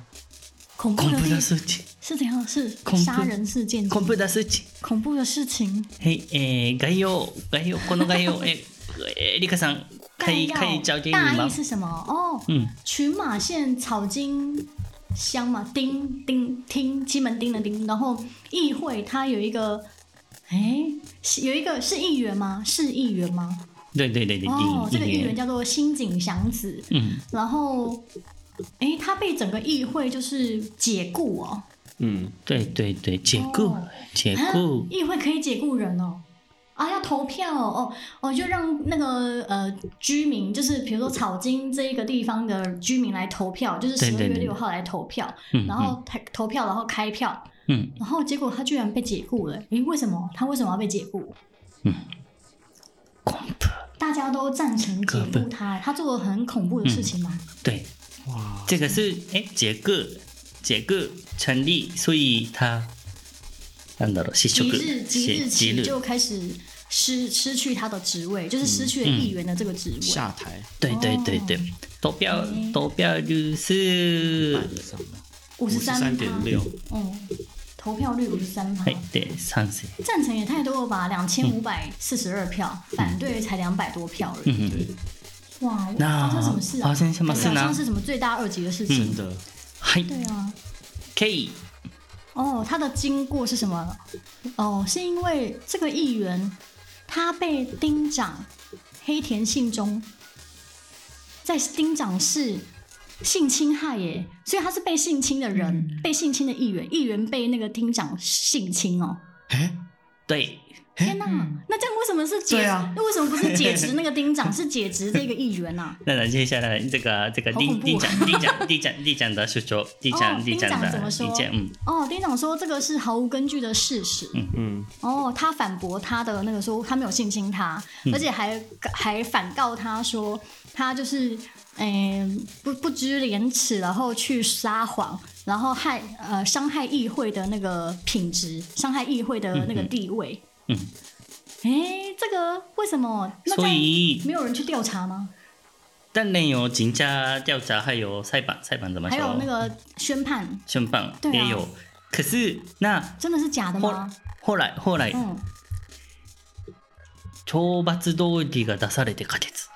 S2: 恐怖
S1: 恐
S2: 的
S1: 怖
S2: 地
S1: 的事情，
S2: 是怎样？是
S1: 恐怖
S2: 杀人事件，
S1: 恐怖的事情。
S2: 恐怖的事情。
S1: はい、えー、概要、概要、この概 要、え、えー、リカさん、可以、可
S2: 概
S1: 以
S2: 要
S1: 交给你
S2: 大
S1: 吗
S2: 意？是什么？哦，
S1: 嗯，
S2: 群马县草津乡嘛，町町町西门町的町，然后议会它有一个，哎，是有一个是议员吗？是议员吗？
S1: 对对对对，
S2: 哦，这个
S1: い
S2: 议
S1: い
S2: 员
S1: ね
S2: 叫做新井祥子，
S1: 嗯，
S2: 然后，哎，他被整个议会就是解雇哦，
S3: 嗯，
S1: 对对对，解雇
S2: 哦，
S1: 解
S2: 啊
S1: 雇，
S2: 议会可以解雇人哦。啊，要投票哦，哦，哦就让那个呃居民，就是比如说草津这一个地方的居民来投票，就是
S1: 对
S2: 十二
S1: 对
S2: 月
S1: 对
S2: 六号来投票，
S1: 嗯
S2: 然后投投票，然后开票，
S1: 嗯，
S2: 然后结果他居然被解雇了。诶，为什么？他为什么要被解雇？
S1: 恐怖，
S2: 大家都赞成解
S1: 可嗯
S2: 雇他，他做了很恐怖的事情吗？
S1: 对，
S3: 哇，
S1: 这个是哎解雇，解雇成立，所以他，なんだろう、失職
S2: 即，日即日
S1: 解
S2: 起
S1: 雇
S2: 就开始失失去他的职位，就是失
S1: 嗯
S2: 去了议员的这个职位。
S3: 下台
S1: 对对对对，投票投票率是
S3: 半，以上吧，
S2: 五
S3: 五
S2: 十
S3: 十
S2: 三
S3: 三点六，
S2: 嗯，投票率五十三趴
S1: はい。、で賛成。
S2: 赞成也太多了吧，两千五百四十二票，反对才两百多票而已。
S1: 嗯
S3: 对，
S2: 哇，
S1: 那
S2: 发生什么事啊？
S1: 发生什么事呢嗯
S2: 感觉好像是什么罪大恶极的事情
S3: 真？的
S1: はい、
S2: 对啊，
S1: K，
S2: 哦，他的经过是什么？哦，是因为这个议员他被町长黑田信中在町长室性侵害耶，所以他是被
S1: 嗯
S2: 性侵的人，被性侵的议员，议员被那个町长性侵哦。
S3: 哎，
S1: 对，
S2: 天哪，
S1: 嗯
S2: 那这样为什么是解
S3: 对啊？
S2: 那为什么不是解 职那个丁长，是解职这个议员啊呐？
S1: 那那接下来这个这个
S2: 好
S1: 丁
S2: 恐怖
S1: 丁讲丁讲丁讲丁讲的主张，丁讲
S2: 丁
S1: 讲
S2: 长
S1: 的
S2: 怎么说
S1: 意见，嗯，
S2: 哦，丁长说这个是毫无根据的事实。
S3: 嗯，
S2: 哦，他反驳他的那个说他没有性侵他，
S1: 嗯
S2: 而且还还反告他说他就是嗯、不不知廉耻，然后去撒谎，然后害呃伤害议会的那个品质，伤害议会的那个地位。
S1: 嗯
S2: 哎、这个为什么？那
S1: 所
S2: 在
S1: 以
S2: 没有人去调查吗？
S1: 当然有警察调查，还有裁判，裁判怎么
S2: 还有
S1: 说
S2: 那？个宣判，
S1: 宣判
S2: 对啊
S1: 也有，可是那
S2: 真的是假的
S1: 后
S2: 吗？
S1: 后来后来
S2: 嗯
S1: 懲罰動議が出されて可決。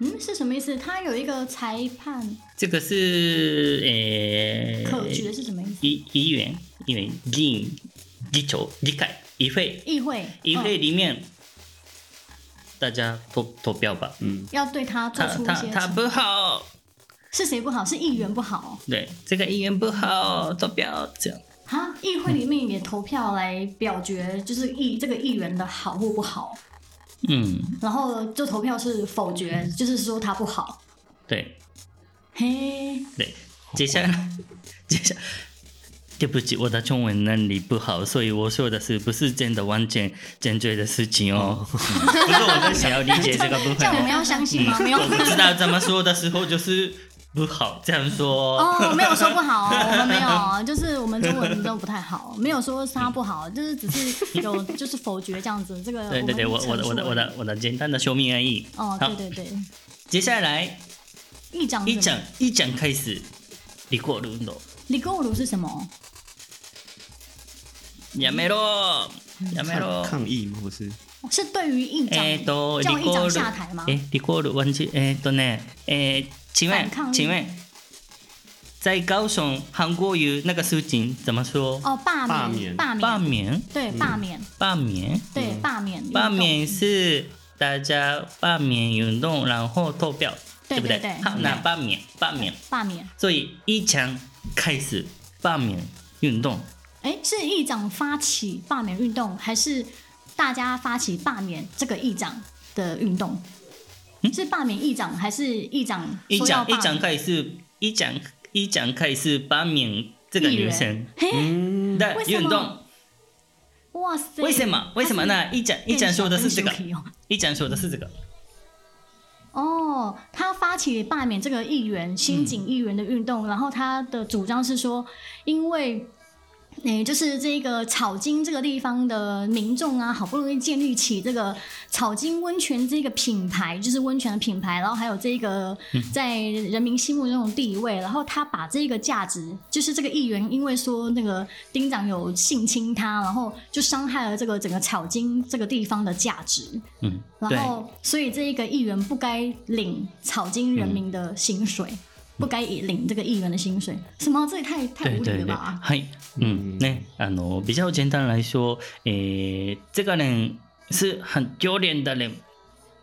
S2: 嗯，是什么意思？他有一个裁判
S1: 这个是诶，
S2: 可决是什么意思？
S1: 议议员、议员、議員、議長、議会、议会、
S2: 议会，
S1: 哎议
S2: 嗯
S1: 会里面，大家投投票吧。
S2: 嗯要对他做
S1: 他
S2: 出一
S1: 他
S2: 些
S1: 他
S2: 惩
S1: 不好，
S2: 是谁不好？是议员不好
S1: 对，这个议员不好，投票这样。
S2: 哈，议会里面也投票来表决，就是议这个议员的好或不好，
S1: 嗯，
S2: 然后就投票是否决，就是说他不好。
S1: 对
S2: 嘿，
S1: 对，接下来 接下来。对不起，我的中文能力不好，所以我说的是不是真的完全正确的事情哦。但是我在想要理解这个部分
S2: 这 样我们要相信吗？没有
S1: 我不知道怎么说的时候就是不好这样说。
S2: 哦，没有说不好，我们 没有，就是我们中文都不太好，没有说是他不好，就是只是有就是否决这样子。这个
S1: 对对对，我我的我的我的我的简单的说明而已。
S2: 哦，
S1: 好
S2: 对，对对，
S1: 接下来
S2: 议长
S1: 一讲一讲开始，离过路の
S2: 李公鲁是什么？
S1: やめろ、やめろ
S3: 抗。抗议吗？不是，
S2: 是对于议长
S1: えっと
S2: 叫
S1: リ
S2: 议
S1: コー
S2: 长
S1: ル
S2: 下台吗？
S1: えリコール忘记えっとねえー请问
S2: 反抗议
S1: 请问在高雄韩国语那个事情怎么说？
S2: 哦，罢
S3: 罢
S2: 免，
S3: 免
S2: 罢免，
S1: 罢免
S2: 对，
S1: 罢
S2: 罢免，
S1: 免
S2: 对，罢免运动，
S1: 嗯罢免是大家罢免运动，然后投票，
S2: 对
S1: 不
S2: 对对
S1: 好，那罢免罢免，
S2: 罢免。
S1: 所以一强开始罢免运动，
S2: 哎，是议长发起罢免运动，还是大家发起罢免这个议长的运动？
S1: 嗯
S2: 是罢免议长，还是议长
S1: 一
S2: 说要
S1: 强
S2: 罢
S1: 一
S2: 免
S1: 强开始一强一强开始罢免这个
S2: 议
S1: 女
S2: 员
S1: 生
S2: 嘿，
S3: 嗯
S1: 的
S2: 为什么
S1: 运动，
S2: 哇
S1: 嗯
S2: 塞！
S1: 为什么？为什么呢？一强一强说的是这个
S2: 变小，跟小皮
S1: 一强说的是这个，
S2: 哦，哦他发起罢免这个议员新井议员的运动，然后他的主张是说，因为诶、就是这个草金这个地方的民众啊，好不容易建立起这个草金温泉这个品牌，就是温泉的品牌，然后还有这个在人民心目中的地位，然后他把这个价值，就是这个议员因为说那个丁长有性侵他，然后就伤害了这个整个草金这个地方的价值，
S1: 嗯，对
S2: 然后所以这一个议员不该领草金人民的薪水。
S1: 嗯
S2: 不该领这个议员的薪水，什么？这也太太
S1: 对
S2: 无理
S1: 对
S2: 了
S1: 对，
S2: 吧！
S1: はい、嗯，ね、あの比较简单来说，诶、这个人是很丢脸的人，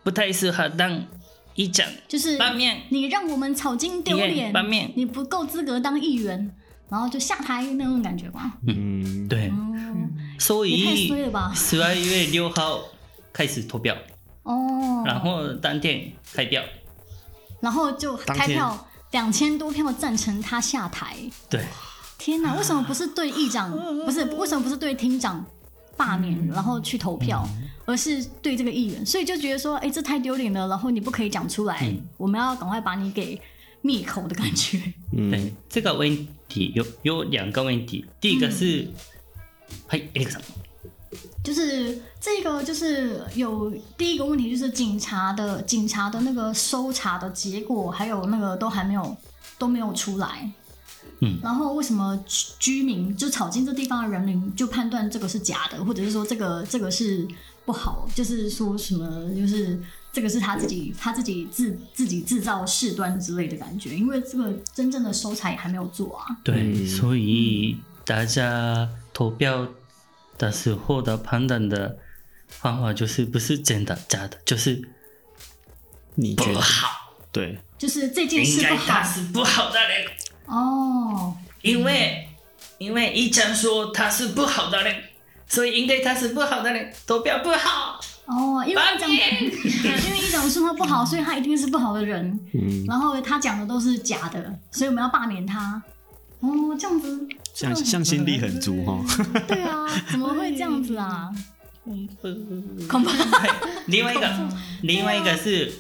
S1: 不太适合当议长。
S2: 就是
S1: 罢免
S2: 你让我们草金丢脸，
S1: 罢免
S2: 你不够资格当议员，然后就下台那种感觉吧。
S3: 嗯，
S1: 对，
S2: 嗯，
S1: 所
S2: 也太衰
S1: 以
S2: 了吧！
S1: 十二月六号开始投票，
S2: 哦，
S1: 然后当天开票。
S2: 然后就开票两千多票赞成他下台。
S1: 对，
S2: 天哪，为什么不是对议长，不是为什么不是对厅长罢免，然后去投票，而是对这个议员？所以就觉得说，哎，这太丢脸了，然后你不可以讲出来，我们要赶快把你给灭口的感觉。
S3: 嗯
S1: 对，这个问题有有两个问题，第一个是，はい、エリカさん。
S2: 就是这个，就是有第一个问题，就是警察的警察的那个搜查的结果，还有那个都还没有都没有出来。
S1: 嗯
S2: 然后为什么居居民就草金这地方的人民就判断这个是假的，或者是说这个这个是不好，就是说什么就是这个是他自己他自己自自己制造事端之类的感觉，因为这个真正的搜查也还没有做啊。
S1: 对，所以大家投票的时候的判断的方法就是不是真的假的，就是
S3: 你觉
S1: 不
S3: 得？
S1: 好，
S3: 对，
S2: 就是这
S1: 应
S2: 件事不
S1: 该
S2: 好
S1: 他是不好的人，
S2: 哦，
S1: 因为因为一强说他是不好的人，所以应对他是不好的人，投票不好。
S2: 哦，因为一长， 因为一长说他不好，所以他一定是不好的人。
S3: 嗯，
S2: 然后他讲的都是假的，所以我们要罢免他。哦，这样子，
S3: 向向心力很足哈、
S2: 对啊，怎么会这样子啊？
S1: 恐怕。 另外一个，另外一个是，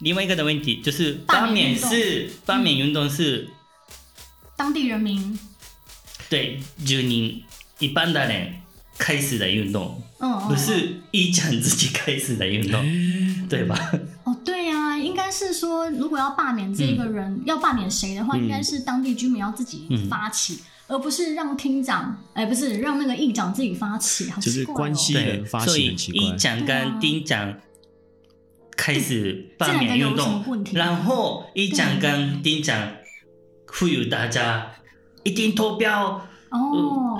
S1: 另外一个的问题就是
S2: 罢
S1: 罢免
S2: 免运动
S1: 是罢免运动是
S2: 当地人民，
S1: 对住民一般的人开始的运动，
S2: 嗯，
S3: 哦
S2: 嗯
S1: 不是一讲自己开始的运
S3: 哎
S1: 动，对吧？
S2: 哦，对啊，应该是说，如果要罢免这个
S3: 嗯
S2: 人，要罢免谁的话，应该是当地居民要自己发起，而不是让厅长，哎，不是让那个议长自己发起，好
S3: 就是
S2: 奇怪哦。
S3: 关系第一人发
S1: 所
S3: 起
S1: 以
S3: 很奇怪
S1: 一讲跟丁讲开始罢免
S2: 啊这两
S1: 运
S2: 个有什么
S1: 动
S2: 问，题
S1: 然后一讲跟丁讲呼吁大家一定投票，
S2: 哦，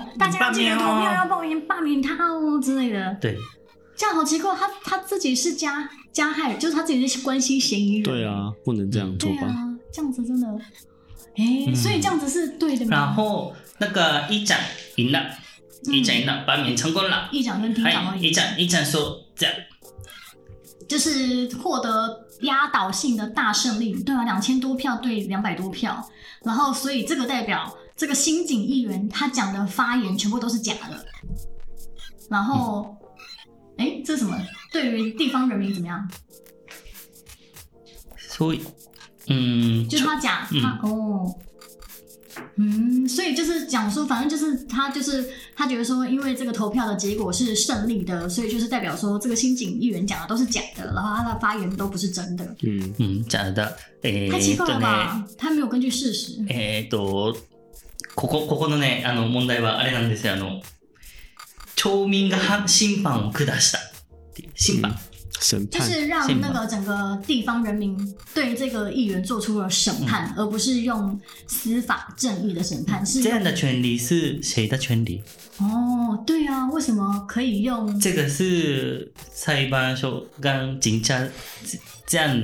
S3: 嗯
S2: 大家要记得投
S1: 罢免
S2: 票，
S1: 哦
S2: 要罢免罢免他哦之类的，
S1: 对，
S2: 这样好奇怪。他他自己是加加害人，就是他自己是关系嫌疑人。
S3: 对，啊，不能这样做
S2: 对
S3: 吧？
S2: 啊，这样子真的，哎，
S3: 嗯
S2: 所以这样子是对的吗？
S1: 然后那个一讲赢了，
S2: 嗯
S1: 一讲赢了，罢免成功了，
S2: 议长跟厅长
S1: 哎，
S2: 而已
S1: 一讲一讲说这样，
S2: 就是获得压倒性的大胜利，对啊，两千多票对两百多票，然后所以这个代表这个新井议员他讲的发言全部都是假的，然后，哎、这是什么？对于地方人民怎么样？
S1: 所以嗯，
S2: 就是他假，
S1: 嗯
S2: 他哦，嗯，所以就是讲说，反正就是他就是他觉得说，因为这个投票的结果是胜利的，所以就是代表说这个新井议员讲的都是假的，然后他的发言都不是真的。
S3: 嗯，
S1: うん、じゃあだ、え
S2: 太奇
S1: ー、っ
S2: 怪
S1: と
S2: 了
S1: ね、
S2: 吧？他没有根据事实。
S1: えー、っと、ここ、ここのね、あの問題はあれなんですよ、あの、町民が審判を下したっていう。審判。
S3: 审
S2: 就
S3: 判
S2: 是让
S1: 信
S2: 那
S1: 吧
S2: 个整个地方人民对这个议员做出了审判，
S1: 嗯
S2: 而不是用司法正义的审判。是
S1: 这样的权利是谁的权利？
S2: 哦，对啊，为什么可以用？
S1: 这个是裁判所跟警察这这样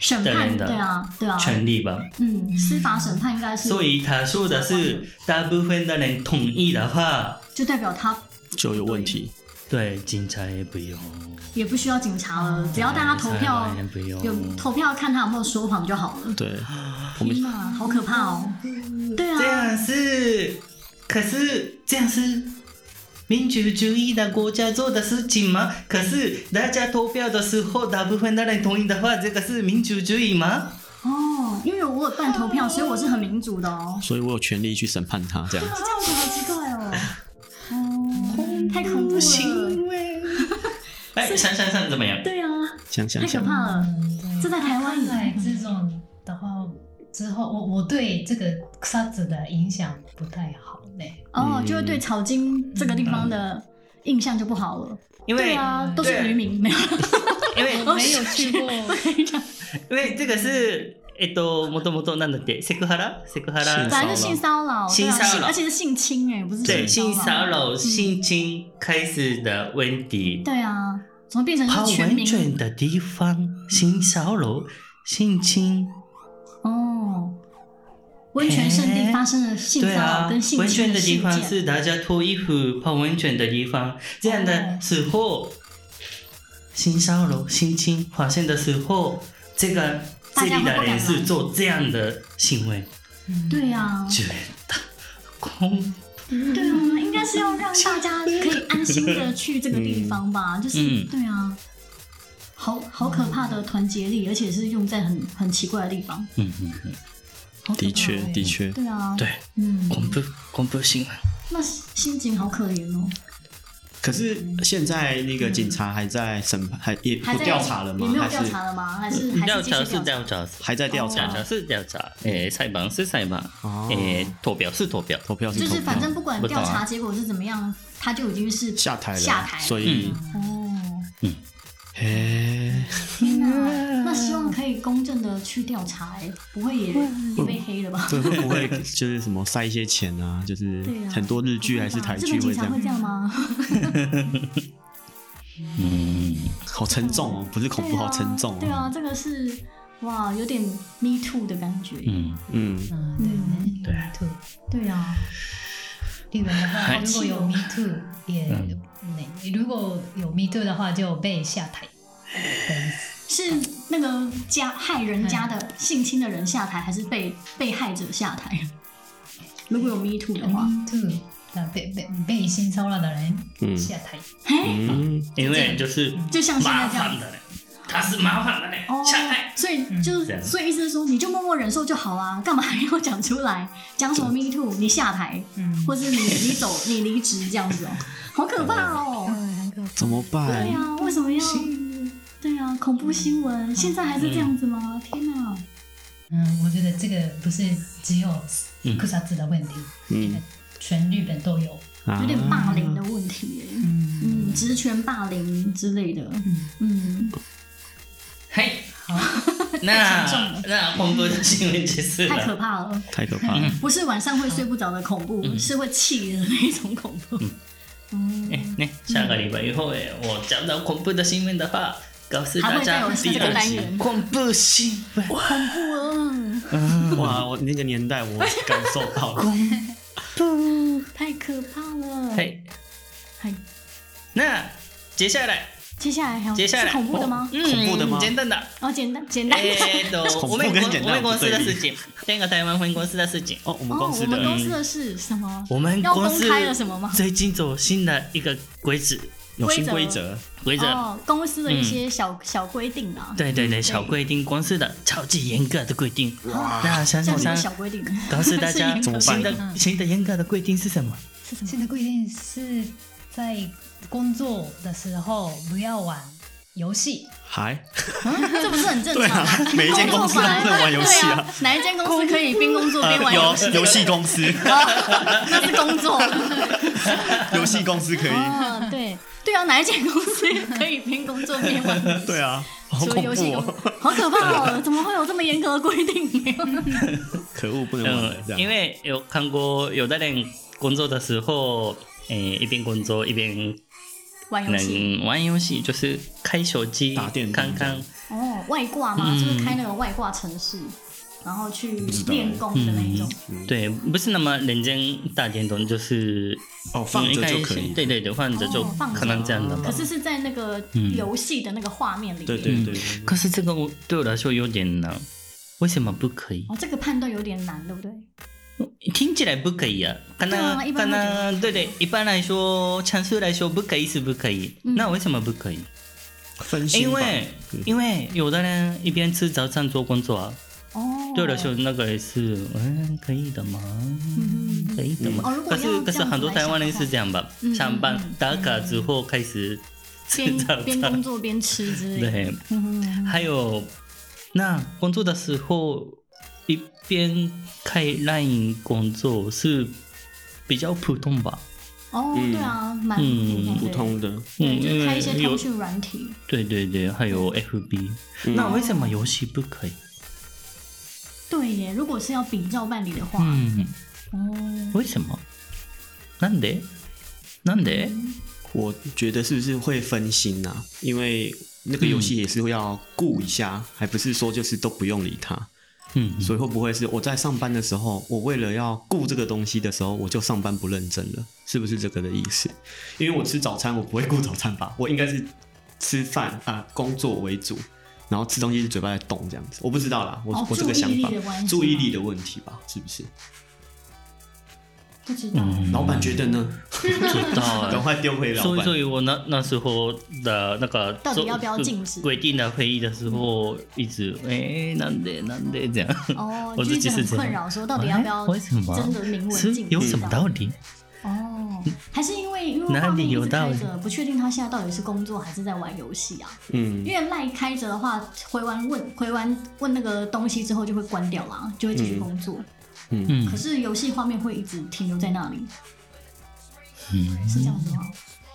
S2: 审
S1: 对
S2: 判
S1: 的
S2: 对啊，对啊，
S1: 权利吧？
S2: 嗯，司法审判应该是，
S1: 所以他说的是，大部分的人同意的话，
S2: 就代表他
S3: 就有问题。
S1: 对警察也不用，
S2: 也不需要警察了，只要大家投
S1: 嗯
S2: 票
S1: 裁判也不用
S2: 有投票看他有没有说谎就好了。
S3: 对，
S2: 天哪，好可怕哦！对
S1: 这
S2: 啊，
S1: 样是，可是这样是民主主义的国家做的事情吗？可是大家投票的时候，大部分的人同意的话，这个是民主主义吗？
S2: 哦，因为我有办投票，所以我是很民主的哦。
S3: 所以我有权利去审判他这样。
S2: 这样子好奇怪哦。哦，太恐怖了。
S1: 行为。哎，想想想怎么样？
S2: 对啊，
S3: 想想
S2: 太可
S3: 想，
S2: 怕了。
S6: 嗯
S2: 这在台湾
S6: 看来
S2: 也
S6: 这种的话，之后我我对这个沙子的影响不太好嘞。
S1: 嗯
S2: 哦，就会对草金这个地方的印象就不好了。
S1: 因为
S2: 对啊，都是
S1: 对
S2: 渔民，没有
S1: 因为
S4: 没有去 过，
S1: 因为这个是えっともともとなんだっけセクハラセクハラ
S3: 性骚扰
S2: 本来就性
S1: 性骚
S2: 骚扰，对啊
S1: 扰
S2: 而且是性侵哎，不是
S1: 对性
S2: 性
S1: 骚
S2: 扰。
S1: 扰性侵开始的问题。
S2: 对啊，怎么变成
S1: 泡
S2: 是全
S1: 温
S2: 民？
S1: 泉的地方，性骚扰、性侵，
S2: 哦，温泉圣地发生了性
S1: 对
S2: 骚扰
S1: 啊
S2: 跟，性
S1: 温
S2: 侵
S1: 泉的
S2: 事
S1: 地
S2: 件。
S1: 方是大家脱衣服泡温泉的地方。这样的时候，性骚扰、性侵发生的时候，这个这
S2: 大家
S1: 里
S2: 会不敢
S1: 的人
S2: 来
S1: 是做这样的行为，
S2: 对啊，
S1: 觉得恐
S2: 对啊，应该是要让大家可以安心的去这个地方吧，就是、
S1: 嗯
S2: 对啊，好好可怕的团结力，而且是用在很很奇怪的地方，
S1: 嗯嗯嗯，
S2: 好可怕哦
S3: 的确的确，
S2: 对啊，
S1: 对，
S2: 嗯，
S1: 恐怖恐怖新闻。
S2: 那心情好可怜哦，
S3: 可是现在那个警察还在审判，还也
S2: 还
S3: 不
S2: 在
S3: 调查了吗？
S2: 也没有
S3: 还
S2: 调
S3: 是
S2: 查了吗？还是还
S1: 调
S2: 是继
S1: 查
S2: 续
S1: 是
S2: 调查？
S1: 调查，
S3: 还在调
S1: 调
S3: 查？
S1: 查是调查，诶，裁判哎是裁判，
S3: 哦
S1: 诶，投票是投票。
S3: 投票是
S2: 就
S3: 投
S2: 是
S3: 票
S2: 反正不管调查结果是怎么样，他就已经是
S3: 下台了，啊
S2: 下台了
S3: 所以
S2: 哦，
S3: 哎，
S2: 天哪！ 那希望可以公正的去调查、哎，不会也也被黑了吧？
S3: 对会不会就是什么塞一些钱啊？就是
S2: 对啊
S3: 很多日剧还是台剧
S2: 日本警
S3: 会这
S2: 察会
S3: 样，
S2: 这样吗？
S1: 嗯，
S3: 好沉重哦，不是 恐怖，好沉重
S2: 啊对
S3: 哦。
S2: 啊，这个是哇，有点 me too 的感觉。
S1: 嗯，
S3: 嗯，
S6: 嗯，对对
S2: 对啊，
S4: 例如的话，
S1: はい
S4: 如果有 Me Too 也、
S1: 嗯
S4: 那如果有 Me Too 的话，就被下台的意思。
S2: 是那个家害人家的性侵的人下台，还是被被害者下台？ 如果有 Me Too 的话，
S4: Me Too 那被被被性骚扰的人
S3: 嗯
S4: 下台，
S2: 哎，
S3: 嗯，
S1: 因为就是
S2: 就像现
S1: 麻
S2: 在这
S1: 烦
S2: 样。
S1: 的嘞，他是麻烦的嘞
S2: 哦，
S1: 下台。，
S2: 所以
S1: 这
S2: 就
S3: 嗯
S2: 是，
S1: 样
S2: 所以意思是说，你就默默忍受就好啊，干嘛要讲出来？讲什么 me too？你下台，
S4: 嗯，
S2: 或是你你走，你离职这样子哦，好可怕哦！
S4: 嗯，很可
S3: 怎么办
S2: 对？啊，为什么要？对啊，恐怖新闻，现在还是这样子吗？天哪！
S4: 嗯，我觉得这个不是只有库萨兹的问题，
S3: 嗯，啊
S4: 全日本都有。
S2: 有
S3: 有
S2: 点霸凌的问题耶，
S4: 嗯，
S2: 嗯，职权霸凌之类的，嗯，
S1: 嘿，那那恐怖的新闻结束
S2: 太可
S1: 了。
S2: 怕了，
S3: 太可怕了。
S2: 不是晚上会睡不着的恐怖，
S1: 嗯
S2: 是会气人的那种恐怖。嗯，
S1: 哎呢，下个礼拜以后哎，我讲到恐怖的新闻的话，告诉大家
S2: 还会再有这个单元
S1: 恐怖新闻。
S2: 哇，
S3: 哇，我那个年代我感受 到了。
S2: 不，嗯太可怕了。
S1: 嘿，
S2: 嗨，
S1: 那接下来
S2: 接下来还有
S1: 接下来
S2: 是恐怖的吗？
S1: 嗯
S3: 恐怖的吗
S1: 简单的。
S2: 哦，简单简单的。
S1: えーっと、
S3: 恐
S1: 我
S3: 怖
S1: 们
S3: 跟简单
S1: 我们公司的
S3: 不对
S1: 事
S3: 立
S1: 情，这个台湾分公司的事情。
S3: 哦，我们
S2: 哦
S3: 公，司
S2: 我
S3: 的
S2: 们公司的是什么？
S1: 我们
S2: 要
S1: 公
S2: 公
S1: 司
S2: 开了什么吗？
S1: 最近走新的一个规则，
S3: 有新
S2: 规
S3: 规
S2: 则
S3: 则，
S1: 规则，
S2: 哦，公司的一
S3: 嗯
S2: 些小小规定啊，
S1: 对对对，小规定，公司的超级严格的规定。那闪闪
S2: 像什么
S1: 三
S2: 小规定？
S1: 告诉大
S2: 是严
S1: 家，
S2: 格
S3: 怎么
S1: 新
S3: 办
S1: 的新的严格的规定是什么？
S2: 是什么？
S4: 现在规定是在工作的时候不要玩游戏。
S3: 还
S2: 这不是很正
S3: 对
S2: 常
S3: 啊
S2: 吗？，
S3: 每一间公司都不能玩游戏
S2: 对
S3: 啊。呃
S2: 啊，哪一间公司可以边工作边 玩游
S3: 游
S2: 戏？
S3: 游戏公司，
S2: 那是工 作。
S3: 游戏公司可以。
S2: 哦，对对啊，哪一间公司可以边工作边玩游戏？
S3: 对啊，好
S2: 除了
S3: 恐
S2: 游戏
S3: 怖
S2: 公
S3: 哦！
S2: 好可怕哦！怎么会有这么严格的规定？
S3: 可恶，不能玩啊了这
S1: 嗯，因
S3: 样。
S1: 为有看过有的人工作的时候，诶，一边工作一边
S2: 玩游戏
S1: 能玩游戏，就是开手机
S3: 打电动
S1: 看
S3: 这
S1: 看
S3: 样，
S2: 哦，外挂嘛，
S1: 嗯
S2: 就是开那个外挂城市，然后去
S3: 知道嗯
S2: 练功的那一种。
S1: 对，不是那么认真打电动，就是
S3: 哦，放着就可
S1: 应该
S3: 以
S1: 是。对对对，放着哦就
S2: 哦放着
S1: 可能这样的吧
S2: 可。是是在那个游戏的那个画面里面。
S3: 嗯对对对，对
S1: 可是这个我对我来说有点难，为什么不可以？
S2: 哦，这个判断有点难，对不对？
S1: 听起来不可以啊，可能
S2: 对啊一
S1: 可
S2: 般
S1: 能对对，一般来说，常数来说不可以是不可以，
S2: 嗯
S1: 那为什么不可以？
S3: 分心吧。
S1: 因为
S3: 嗯
S1: 因为有的人一边吃早餐做工作啊，
S2: 哦，
S1: 对我来说那个也是，嗯，可以的嘛，
S2: 嗯。嗯
S1: 可以的嘛。
S2: 哦如果
S1: 可
S2: 要
S1: 是可
S2: 这
S1: 是
S2: 样子
S1: 很多
S2: 来
S1: 台湾
S2: 想的
S1: 人
S2: 话
S1: 是这样吧，
S2: 嗯
S1: 上班
S2: 嗯
S1: 打卡之后开始吃
S2: 边
S1: 早
S2: 边
S1: 餐
S2: 工，作边吃之类的。
S1: 对。
S2: 嗯嗯
S1: 还有，那工作的时候一边开 LINE 工作是比较普通吧？
S2: 哦，
S3: 嗯
S2: 对啊，蛮
S1: 嗯
S3: 普通的，
S2: 对，
S1: 嗯，
S2: 就
S1: 因
S2: 是开一
S1: 为
S2: 些
S1: 有
S2: 通讯软体，
S1: 对对对，还有 FB，、
S3: 嗯
S1: 那为什么游戏不可以？
S2: 对耶。如果是要比照办理的话，
S1: 嗯，
S2: 哦，
S1: 为什么？なんで？なんで？
S3: 我觉得是不是会分心啊？因为那个游戏也是要顾一下，还不是说就是都不用理它。
S1: 嗯，
S3: 所以会不会是我在上班的时候，我为了要顾这个东西的时候，我就上班不认真了？是不是这个的意思？因为我吃早餐，我不会顾早餐吧？我应该是吃饭啊，工作为主，然后吃东西是嘴巴在动这样子。我不知道啦，我、
S2: 哦
S3: 我这个想
S2: 注
S3: 法
S2: 意力的关系，吗
S3: 注意力的问题吧，是不是？
S2: 不知道。
S1: 嗯
S3: 老板觉得呢？
S1: 不知道
S3: 赶
S1: 啊。
S3: 快丢回老
S1: 所以，
S3: 板
S1: 所。以我那那时候的那个
S2: 到底要不要禁止
S1: 规定的会议的时候，一直哎，なんでなんで这样。
S2: 哦，
S1: 我
S2: 就一
S1: 自己
S2: 直
S1: 是
S2: 很
S1: 这样
S2: 困扰，说到底要不要
S1: 哎为什么
S2: 真的明文
S1: 是
S2: 禁止？
S1: 有什么道理？
S2: 哦，还是因为因为
S1: 哪
S2: 画
S1: 里
S2: 面一
S1: 有
S2: 直
S1: 道
S2: 开
S1: 理
S2: 着，不确定他现在到底是工作还是在玩游戏啊。
S3: 嗯
S2: 因为赖开着的话，回完问回完问那个东西之后就会关掉啦，就会继续工作。
S1: 嗯
S2: 可是游戏画面会一直停留在那里，是这样子吗？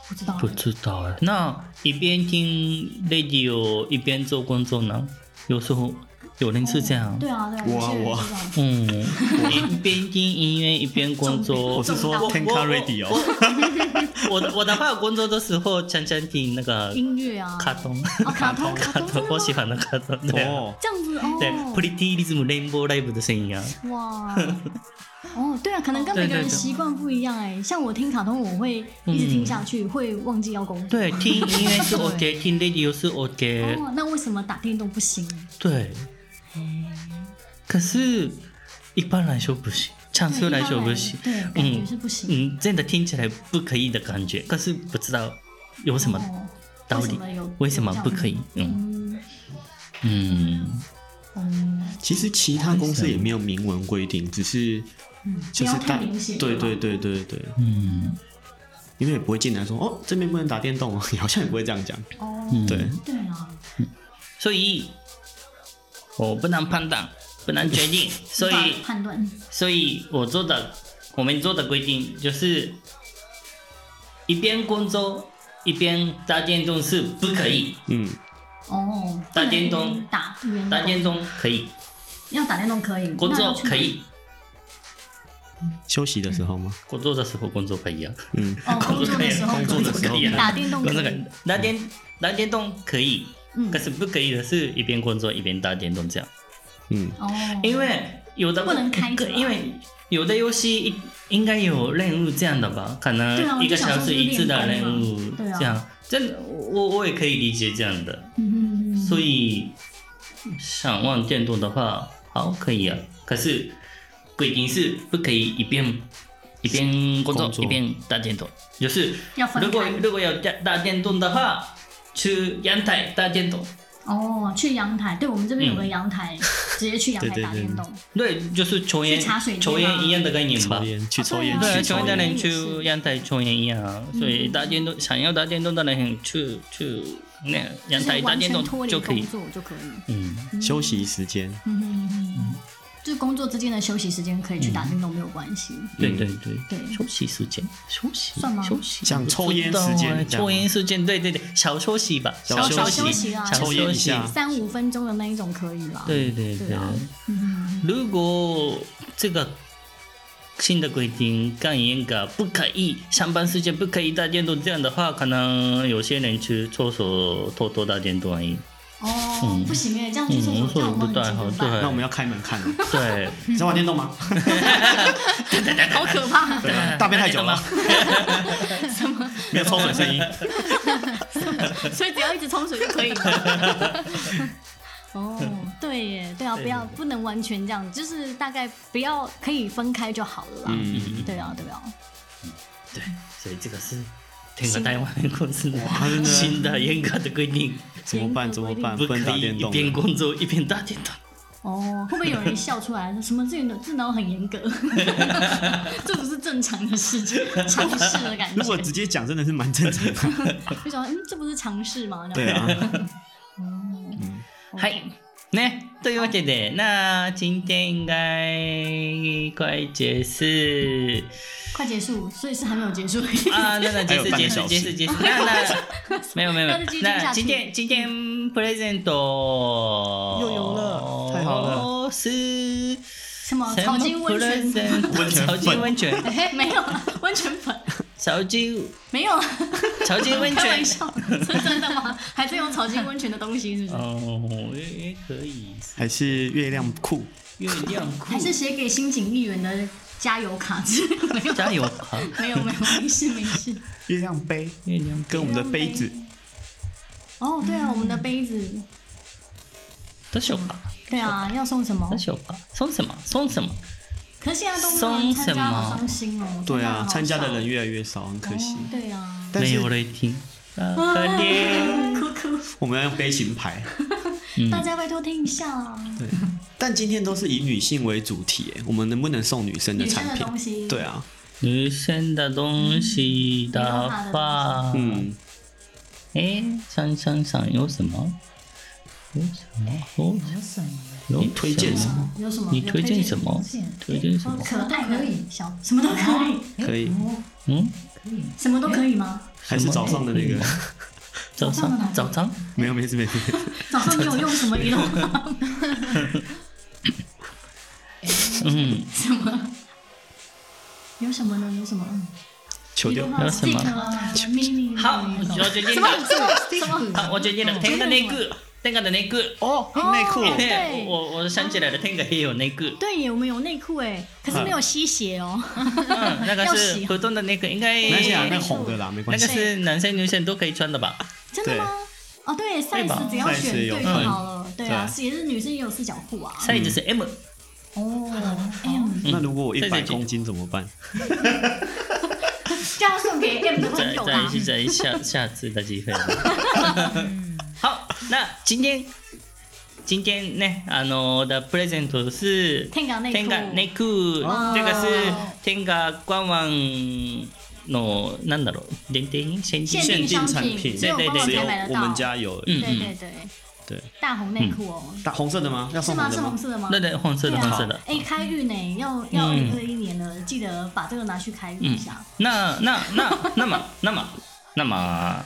S2: 不知道
S1: 嗯
S2: 欸
S1: 不。知道哎。那一边听 radio 一边做工作呢？有时候有人是这样，
S2: 对啊，对啊，有些人
S3: 我啊我啊
S2: 是这样。
S1: 嗯，一边听音乐一边工作。
S3: 我是说哦
S2: 重到
S3: Tenka Radio，
S1: 我的我哪怕有工作的时候，常常听那个
S2: 音乐啊，
S1: 卡通，
S2: 哦卡通
S1: 卡
S2: 卡通真的
S1: 通，
S2: 吗
S1: 我喜欢的卡通，对啊
S3: 哦，
S2: 这样子哦，
S1: 对，Pretty Rhythm Rainbow Live 的声音啊，
S2: 哇，哦，对啊，可能跟
S1: 对
S2: 每个
S1: 对对
S2: 人习惯不一样哎、像我听卡通，我会一直听下去，
S1: 嗯
S2: 会忘记要工作。
S1: 对，听音乐是 OK，听 radio 是 OK，
S2: 哦，那为什么打电动不行？
S1: 对。可是，一般来说不行，唱
S2: 对
S1: 出来
S2: 一般
S1: 说不行，
S2: 对，感觉
S1: 嗯
S2: 是不行。
S1: 嗯，真的听起来不可以的感觉，可是不知道有什么
S2: 哦
S1: 道理，为
S2: 为
S1: 什
S2: 什
S1: 么
S2: 么有
S1: 不可以？嗯
S2: 嗯，
S1: 嗯，
S3: 其实其他公司也没有明文规定，只是就是
S2: 不要嗯太
S3: 大
S2: 明显
S3: 对对对对对，
S1: 嗯
S3: 因为也不会进来说哦这边不能打电动啊， 好像也不会这样讲。
S2: 哦，
S1: 嗯，
S3: 对，
S2: 对啊，
S1: 所以我不能判断，不能决定，
S2: 嗯
S1: 所
S2: 无
S1: 以
S2: 法判断
S1: 所以我做的我们做的规定就是，一边工作一边打电动是不可以，
S3: 嗯，
S2: 哦，
S1: 打电动
S2: 不能打一边
S1: 打电
S2: 动
S1: 动可以，
S2: 要打电动可以，
S1: 工
S2: 那
S1: 作
S2: 要去
S1: 可以，
S3: 休息的时候吗？
S1: 工作的时候工作可以啊，
S3: 嗯，
S2: 哦，工作的时候
S3: 工作的时候
S1: 可以啊，
S2: 打电动可
S1: 那个
S2: 以，
S1: 打电打电动可以，
S2: 嗯
S1: 可，是不可以的是一边工作一边打电动这样。
S3: 嗯，
S2: 哦，
S1: 因为有的
S2: 不能开着啊
S1: 因为有的游戏应应该有任务这样的吧？可
S2: 对啊
S1: 能
S2: 我
S1: 一个
S2: 就想
S1: 小
S2: 说
S1: 时
S2: 是
S1: 一次的
S2: 练功
S1: 任务
S2: 对啊
S1: 这样，真的我我也可以理解这样的。
S2: 嗯嗯嗯，
S1: 所以想玩电动的话，好可以啊。可是规定是不可以一边一边工作
S3: 工作
S1: 一边打电动，就是
S2: 要分
S1: 如果
S2: 开
S1: 如果要打打电动的话，去阳台打电动。
S2: 哦，去阳台，对我们这边有个
S1: 嗯
S2: 阳台，直接去阳台
S3: 对对
S2: 打
S3: 对
S2: 电动。
S1: 对，就是抽烟
S2: 去茶水间啊
S1: 抽
S2: 吗
S1: 烟一样的概念吧
S3: 抽。烟去抽烟
S2: 啊
S1: 对，
S3: 去
S1: 抽
S3: 抽
S1: 烟的
S3: 烟，
S1: 人去阳台抽烟一样啊，所以打电动想要打电动的人去去那阳
S2: 就是
S1: 台打
S2: 完
S1: 电
S2: 全
S1: 动
S2: 脱离
S1: 就可
S2: 工
S1: 以。
S2: 作就可以。
S1: 嗯，
S3: 休息时间。
S2: 嗯嗯嗯嗯，就是工作之间的休息时间可以去打电动没有关系。
S1: 对对对
S2: 对
S1: 休息时间，休息
S2: 算吗
S1: 嗯休息，
S3: 像抽烟
S1: 不
S3: 时间
S1: 知道欸
S3: 这样
S1: 抽烟时间，对对对，小休息吧，
S3: 小
S1: 小
S2: 小
S3: 休息
S2: 休息啊
S1: 小
S3: 抽烟一下
S1: 息
S2: 三五分钟的那一种可以啦。，
S1: 对对
S2: 对啊嗯
S1: 如果这个新的规定更严格，不可以上班时间不可以打电动，这样的话，可能有些人去厕所偷偷打电动而 已。
S2: 哦，不行哎，这样去厕
S1: 嗯
S2: 所看我们
S1: 不太好
S2: 很怎么
S1: 对
S3: 那我们要开门看哦，
S1: 对，
S3: 你在玩电动吗？
S2: 办好可怕！
S3: 大便太久了，
S2: 什么？
S3: 没有抽水声音。
S2: 所以只要一直冲水就可以了。 哦，对耶，对啊，不要不能完全这样，就是大概不要可以分开就好了啦。
S3: 嗯，
S2: 对啊，对啊，
S1: 对，所以这个是整个台湾公司的
S3: 真的
S1: 新的严格的规定，
S3: 怎么办？怎么办？
S1: 不
S3: 能
S1: 可
S3: 打
S1: 以
S3: 电
S1: 一
S3: 动。啊
S1: 边工作一边打电动。
S2: 哦，会不会有人笑出来？说什么这种这脑很严 格？这不是正常的事情，常识的感觉。
S3: 如果直接讲，真的是蛮正常的。
S2: 就想，嗯，这不是常识吗？
S3: 对啊，
S2: OK
S1: はい。ね。というわけで、なあ、人天街会計数。
S2: 快结束，所以是还没有结束。
S1: 啊，那那结束
S3: 还有半
S1: 结
S3: 个
S1: 束
S3: 小
S1: 结
S3: 时
S1: 束结束，那那没有没有没有
S2: 那就继，续
S1: 那
S2: 下去
S1: 今天今天 present 又
S3: 有了太好了，
S1: 是
S2: 什么
S1: 什
S2: 草
S1: 么
S2: 金温泉？
S1: present？
S3: 温泉
S1: 草金
S3: 粉
S1: 温泉，
S2: 哎没有啦，温泉粉
S1: 草金
S2: 没有啦，
S1: 草金温
S2: 开玩
S1: 泉。
S2: 笑，是真的 吗？还在用草金温泉的东西是不是？
S1: 哦，也也可以，
S3: 还是月亮裤，
S1: 月亮裤
S2: 还是写给新井议员的加油卡之类的？没有，
S1: 加油卡，
S2: 没有，没有，没事没事。
S3: 月亮杯
S1: 月亮
S3: 跟我们的杯子，
S2: 哦，对啊，我们的杯子，
S1: 多少卡？
S2: 对啊，要送什么
S1: 多？少卡？送什么？送什么？
S2: 可是现在都没有人参加，好伤心哦。
S3: 对啊，
S2: 参
S3: 参加
S2: 好少
S3: 的人越来越少，很可惜
S2: 哦。对啊，
S3: 但
S1: 没
S3: 是
S1: 有人听，啊，可怜。
S2: 哭哭，
S3: 我们要用杯型牌，嗯
S2: 大家拜托听一下啊，
S3: 对。但今天都是以女性为主题，哎我们能不能送女生的
S2: 女生
S3: 产
S2: 的
S3: 品？
S2: 东西。
S3: 对，啊，
S1: 女生的东西的话，
S3: 嗯，
S1: 哎，想想想有什么？有什么？有
S4: 有什么
S1: 有
S3: 你推荐什么？
S2: 有什么？
S1: 你推荐什么
S4: 东？西？
S1: 推荐什么？
S2: 可爱的小，什么都可以，
S4: 哎
S3: 可以
S4: 哦
S1: 嗯，
S4: 可以。
S2: 什么都可以吗？
S3: 还是早上的那个？
S1: 早上早上，
S3: 没有，没事，没事。
S2: 早上没有用什么移动
S1: 嗯，
S2: 有什么呢？有什么？嗯
S3: 求掉。
S1: 那什么？
S2: mini
S1: 好，我决定了，好，我决定了，天的内裤，天的内裤。
S3: 哦，
S2: 哦
S3: 内裤。
S2: 对
S1: 对，我我想起来了，天的也有内裤。
S2: 对耶，我们有内裤哎，可是没有吸血哦。
S1: 嗯，那个
S2: 要
S1: 是
S2: 洗
S1: 普通的内裤，应该
S3: 没关系啊，那红的啦，没
S1: 那
S3: 关
S1: 个
S3: 系。
S1: 是男生女生都可以穿的吧？
S2: 真的吗？哦，对
S1: 吧
S2: ，size 只要
S3: size
S2: 选
S3: 有
S2: 对就
S3: 分
S2: 好了。对啊，
S3: 对
S2: 也是女生也有四角裤啊。哎
S1: size 是 M，
S4: 哦，
S2: M，
S1: 嗯
S3: 那如果我一
S1: 再
S3: 百
S1: 见
S3: 公斤怎么办？
S2: 这样送给 M 的朋
S1: 再
S2: 友
S1: 再
S2: 啦。
S1: 是再下下次的机会。好，那今天今天呢，あの的 present 是
S2: 天港内
S1: 天が
S2: 裤，
S1: 内裤，
S2: 哦
S1: 这个是天が官网のなんだろう限定限定
S2: 限定商
S3: 限定产
S2: 品，
S3: 品
S2: 只有官网
S3: 只有
S2: 才买得
S3: 我
S2: 到
S3: 们。家有而
S1: 嗯
S3: 已。
S2: 对对对，
S3: 对，嗯
S2: 大红内裤哦，
S3: 大红色的吗？要
S2: 是
S3: 送
S2: 吗？
S3: 红
S2: 是
S3: 的
S2: 红
S3: 吗？
S2: 色的吗？
S1: 对对，红色的
S2: 对
S1: 红
S2: 啊
S1: 色的。
S2: 哎，开运呢，要要二
S1: 嗯
S2: 零二一年了，记得把这个拿去开运
S1: 嗯
S2: 一下。，
S1: 那那那 那么那么那么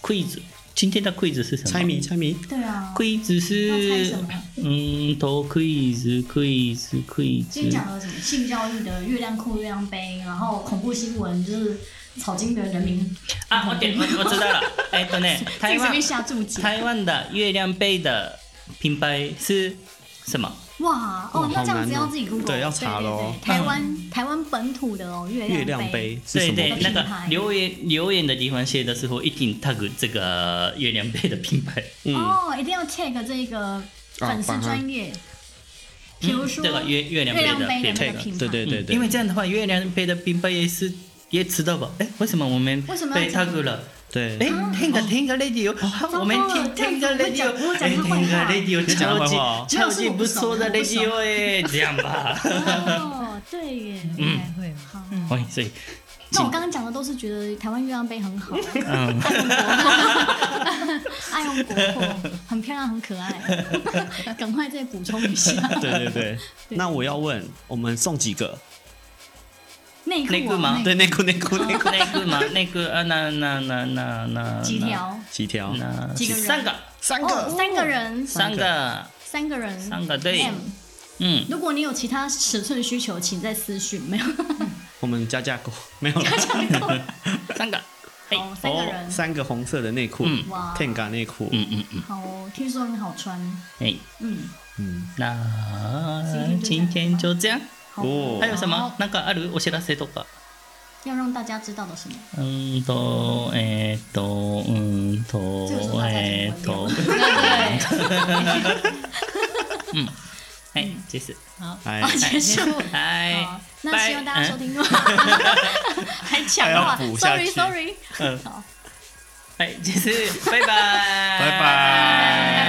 S1: quiz 今天的 quiz 是什么？
S3: 猜谜，猜谜。
S2: 对啊，
S1: quiz
S2: 要猜什
S1: 是
S2: 么？
S1: 嗯，头 quiz quiz
S2: 今
S1: quiz
S2: 天讲。了什么性教育的月亮裤、月亮杯，然后恐怖新闻就是草金的人民，
S1: 啊，我点我我知道 了，哎，对呢，
S2: 自
S1: 台
S2: 己随
S1: 湾
S2: 便下注解。
S1: 台湾的月亮杯的品牌是什么？
S2: 哇，哦，那
S3: 好
S2: 这样
S3: 难
S2: 子
S3: 哦
S2: 要自己 Google，
S3: 对要查咯
S2: 对对对台湾台湾本土的哦，月
S3: 月
S2: 亮
S3: 亮杯是什
S1: 对
S3: 么
S1: 对，
S3: 杯？
S1: 那个
S2: 品牌
S1: 留言留言的地方写的时候，一定 tag 这个月亮杯的品牌。
S3: 嗯，
S2: 哦，一定要 tag 这个粉丝
S3: 把它
S2: 专业，比如说
S1: 这个月月亮
S2: 月
S1: 杯
S2: 亮
S1: 的
S2: 杯
S1: 品
S2: 的
S1: 牌
S2: 那个品牌，
S3: 对对对
S1: 嗯
S3: 对，
S1: 因为这样的话，月亮杯的冰杯也是也吃到吧？哎，为什么我们
S2: 为什么要
S1: 被
S2: 这样
S1: tag 了？
S3: 对
S1: 哎，听个听个 radio，啊
S2: 糟
S1: 我们
S2: 糕了
S1: 听
S2: 这样
S1: 听个
S2: 子会
S1: radio，哎，
S2: 讲我讲他
S1: 听
S2: 坏
S1: 个
S2: 话
S1: radio
S3: 你讲他
S1: 超
S3: 坏
S1: 级
S3: 话哦
S1: 超级不错的
S2: 这样是
S1: radio
S2: 我
S1: 哎，这样吧。
S2: 哦，对耶。
S4: 应该会吧。
S2: 好，
S1: 哎，所以
S2: 那我刚刚讲的都是觉得台湾月亮杯很好，啊
S1: 嗯，
S2: 爱用国
S1: 嗯
S2: 货，很漂亮，很可爱。 赶快再补充 一下
S3: 对对对。那我要问，我们送几个？
S2: 内
S1: 内
S2: 裤
S1: 裤
S2: 啊
S1: 吗？
S3: 对，内裤，内裤，内裤
S1: 内裤吗？内裤啊，那那那那那
S2: 几？条？
S3: 几条？
S1: 那
S2: 几个人
S1: 三个，
S3: 三
S2: 哦，三个人，
S1: 三个，
S2: 三个人，
S1: 三个对
S2: M
S1: 嗯，
S2: 如果你有其他尺寸需求，请再私讯。没有，
S1: 嗯
S3: 我们加价购没有了。
S1: 三个，哎，
S2: 好，三个人，
S3: 三个红色的内裤
S1: 嗯
S2: 哇
S3: ，Tenga 内裤。
S1: 嗯嗯嗯，
S2: 好哦，听说很好穿，
S1: 哎，
S2: 嗯，
S3: 嗯，
S1: 那今天就这样。
S2: 好，
S3: 哦
S1: 还有什么？なんかあるお知らせとか？
S2: 要让大家知道的是什么？
S1: うーんと、えーっと、うーんと
S2: 这个时候，大家
S1: えーっ
S2: 怎么
S1: と
S2: 会， 有？
S1: はい、です。
S3: 哎，
S2: 啊，结束。
S1: は
S2: 好，那希望大家收 听。 还抢话
S3: 还要补下
S2: ，sorry
S3: 去嗯
S2: sorry。
S1: い。はい、です。バイバイ。バイ
S3: 拜拜。